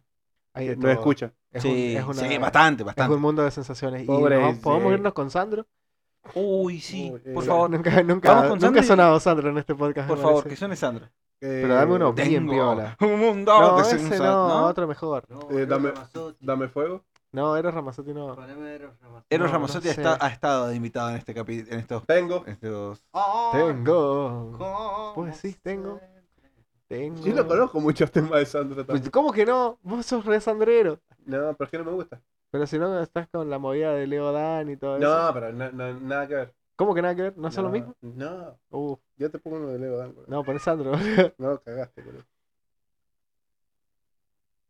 [SPEAKER 2] Hay de
[SPEAKER 3] no
[SPEAKER 2] todo.
[SPEAKER 3] escucha.
[SPEAKER 2] Es
[SPEAKER 1] sí,
[SPEAKER 2] un- es una-
[SPEAKER 1] sí, bastante,
[SPEAKER 2] es
[SPEAKER 1] bastante.
[SPEAKER 2] un mundo de sensaciones.
[SPEAKER 3] Pobre
[SPEAKER 2] y nos-
[SPEAKER 3] ese.
[SPEAKER 2] podemos irnos con Sandro.
[SPEAKER 1] Uy, sí,
[SPEAKER 3] Uy, eh,
[SPEAKER 1] por favor,
[SPEAKER 2] Nunca,
[SPEAKER 1] Vamos
[SPEAKER 2] nunca,
[SPEAKER 1] con
[SPEAKER 2] nunca
[SPEAKER 1] Sandro
[SPEAKER 2] ha
[SPEAKER 1] y-
[SPEAKER 2] sonado Sandro en este podcast.
[SPEAKER 1] por
[SPEAKER 2] me
[SPEAKER 1] favor, que
[SPEAKER 2] parece.
[SPEAKER 1] suene Sandro.
[SPEAKER 2] Pero dame uno
[SPEAKER 3] Eh,
[SPEAKER 2] bien piola.
[SPEAKER 1] un mundo
[SPEAKER 2] No,
[SPEAKER 1] de
[SPEAKER 2] ese
[SPEAKER 1] Simpsons,
[SPEAKER 2] no,
[SPEAKER 1] ¿no?
[SPEAKER 2] otro mejor.
[SPEAKER 3] eh, dame, dame fuego.
[SPEAKER 2] No, Eros Ramazzotti no.
[SPEAKER 1] Eros
[SPEAKER 2] no, no
[SPEAKER 1] Ramazzotti
[SPEAKER 2] sé.
[SPEAKER 1] está- ha estado de invitado en este capi- en estos,
[SPEAKER 3] Tengo.
[SPEAKER 1] en estos-
[SPEAKER 2] Tengo. Pues sí, tengo. Tengo.
[SPEAKER 3] Yo no conozco muchos temas de Sandra
[SPEAKER 2] Pues,
[SPEAKER 3] también.
[SPEAKER 2] ¿Cómo que no? Vos sos re sandrero.
[SPEAKER 3] No, pero es que no me gusta.
[SPEAKER 2] Pero si no, estás con la movida de Leo Dan y todo eso.
[SPEAKER 3] No, pero na- na- nada que ver.
[SPEAKER 2] ¿Cómo que nada que ver? ¿No, son lo mismo?
[SPEAKER 3] No,
[SPEAKER 2] Uh,
[SPEAKER 3] yo te pongo uno de Leo Dan, boludo.
[SPEAKER 2] no, poné Sandro.
[SPEAKER 3] No, cagaste, boludo.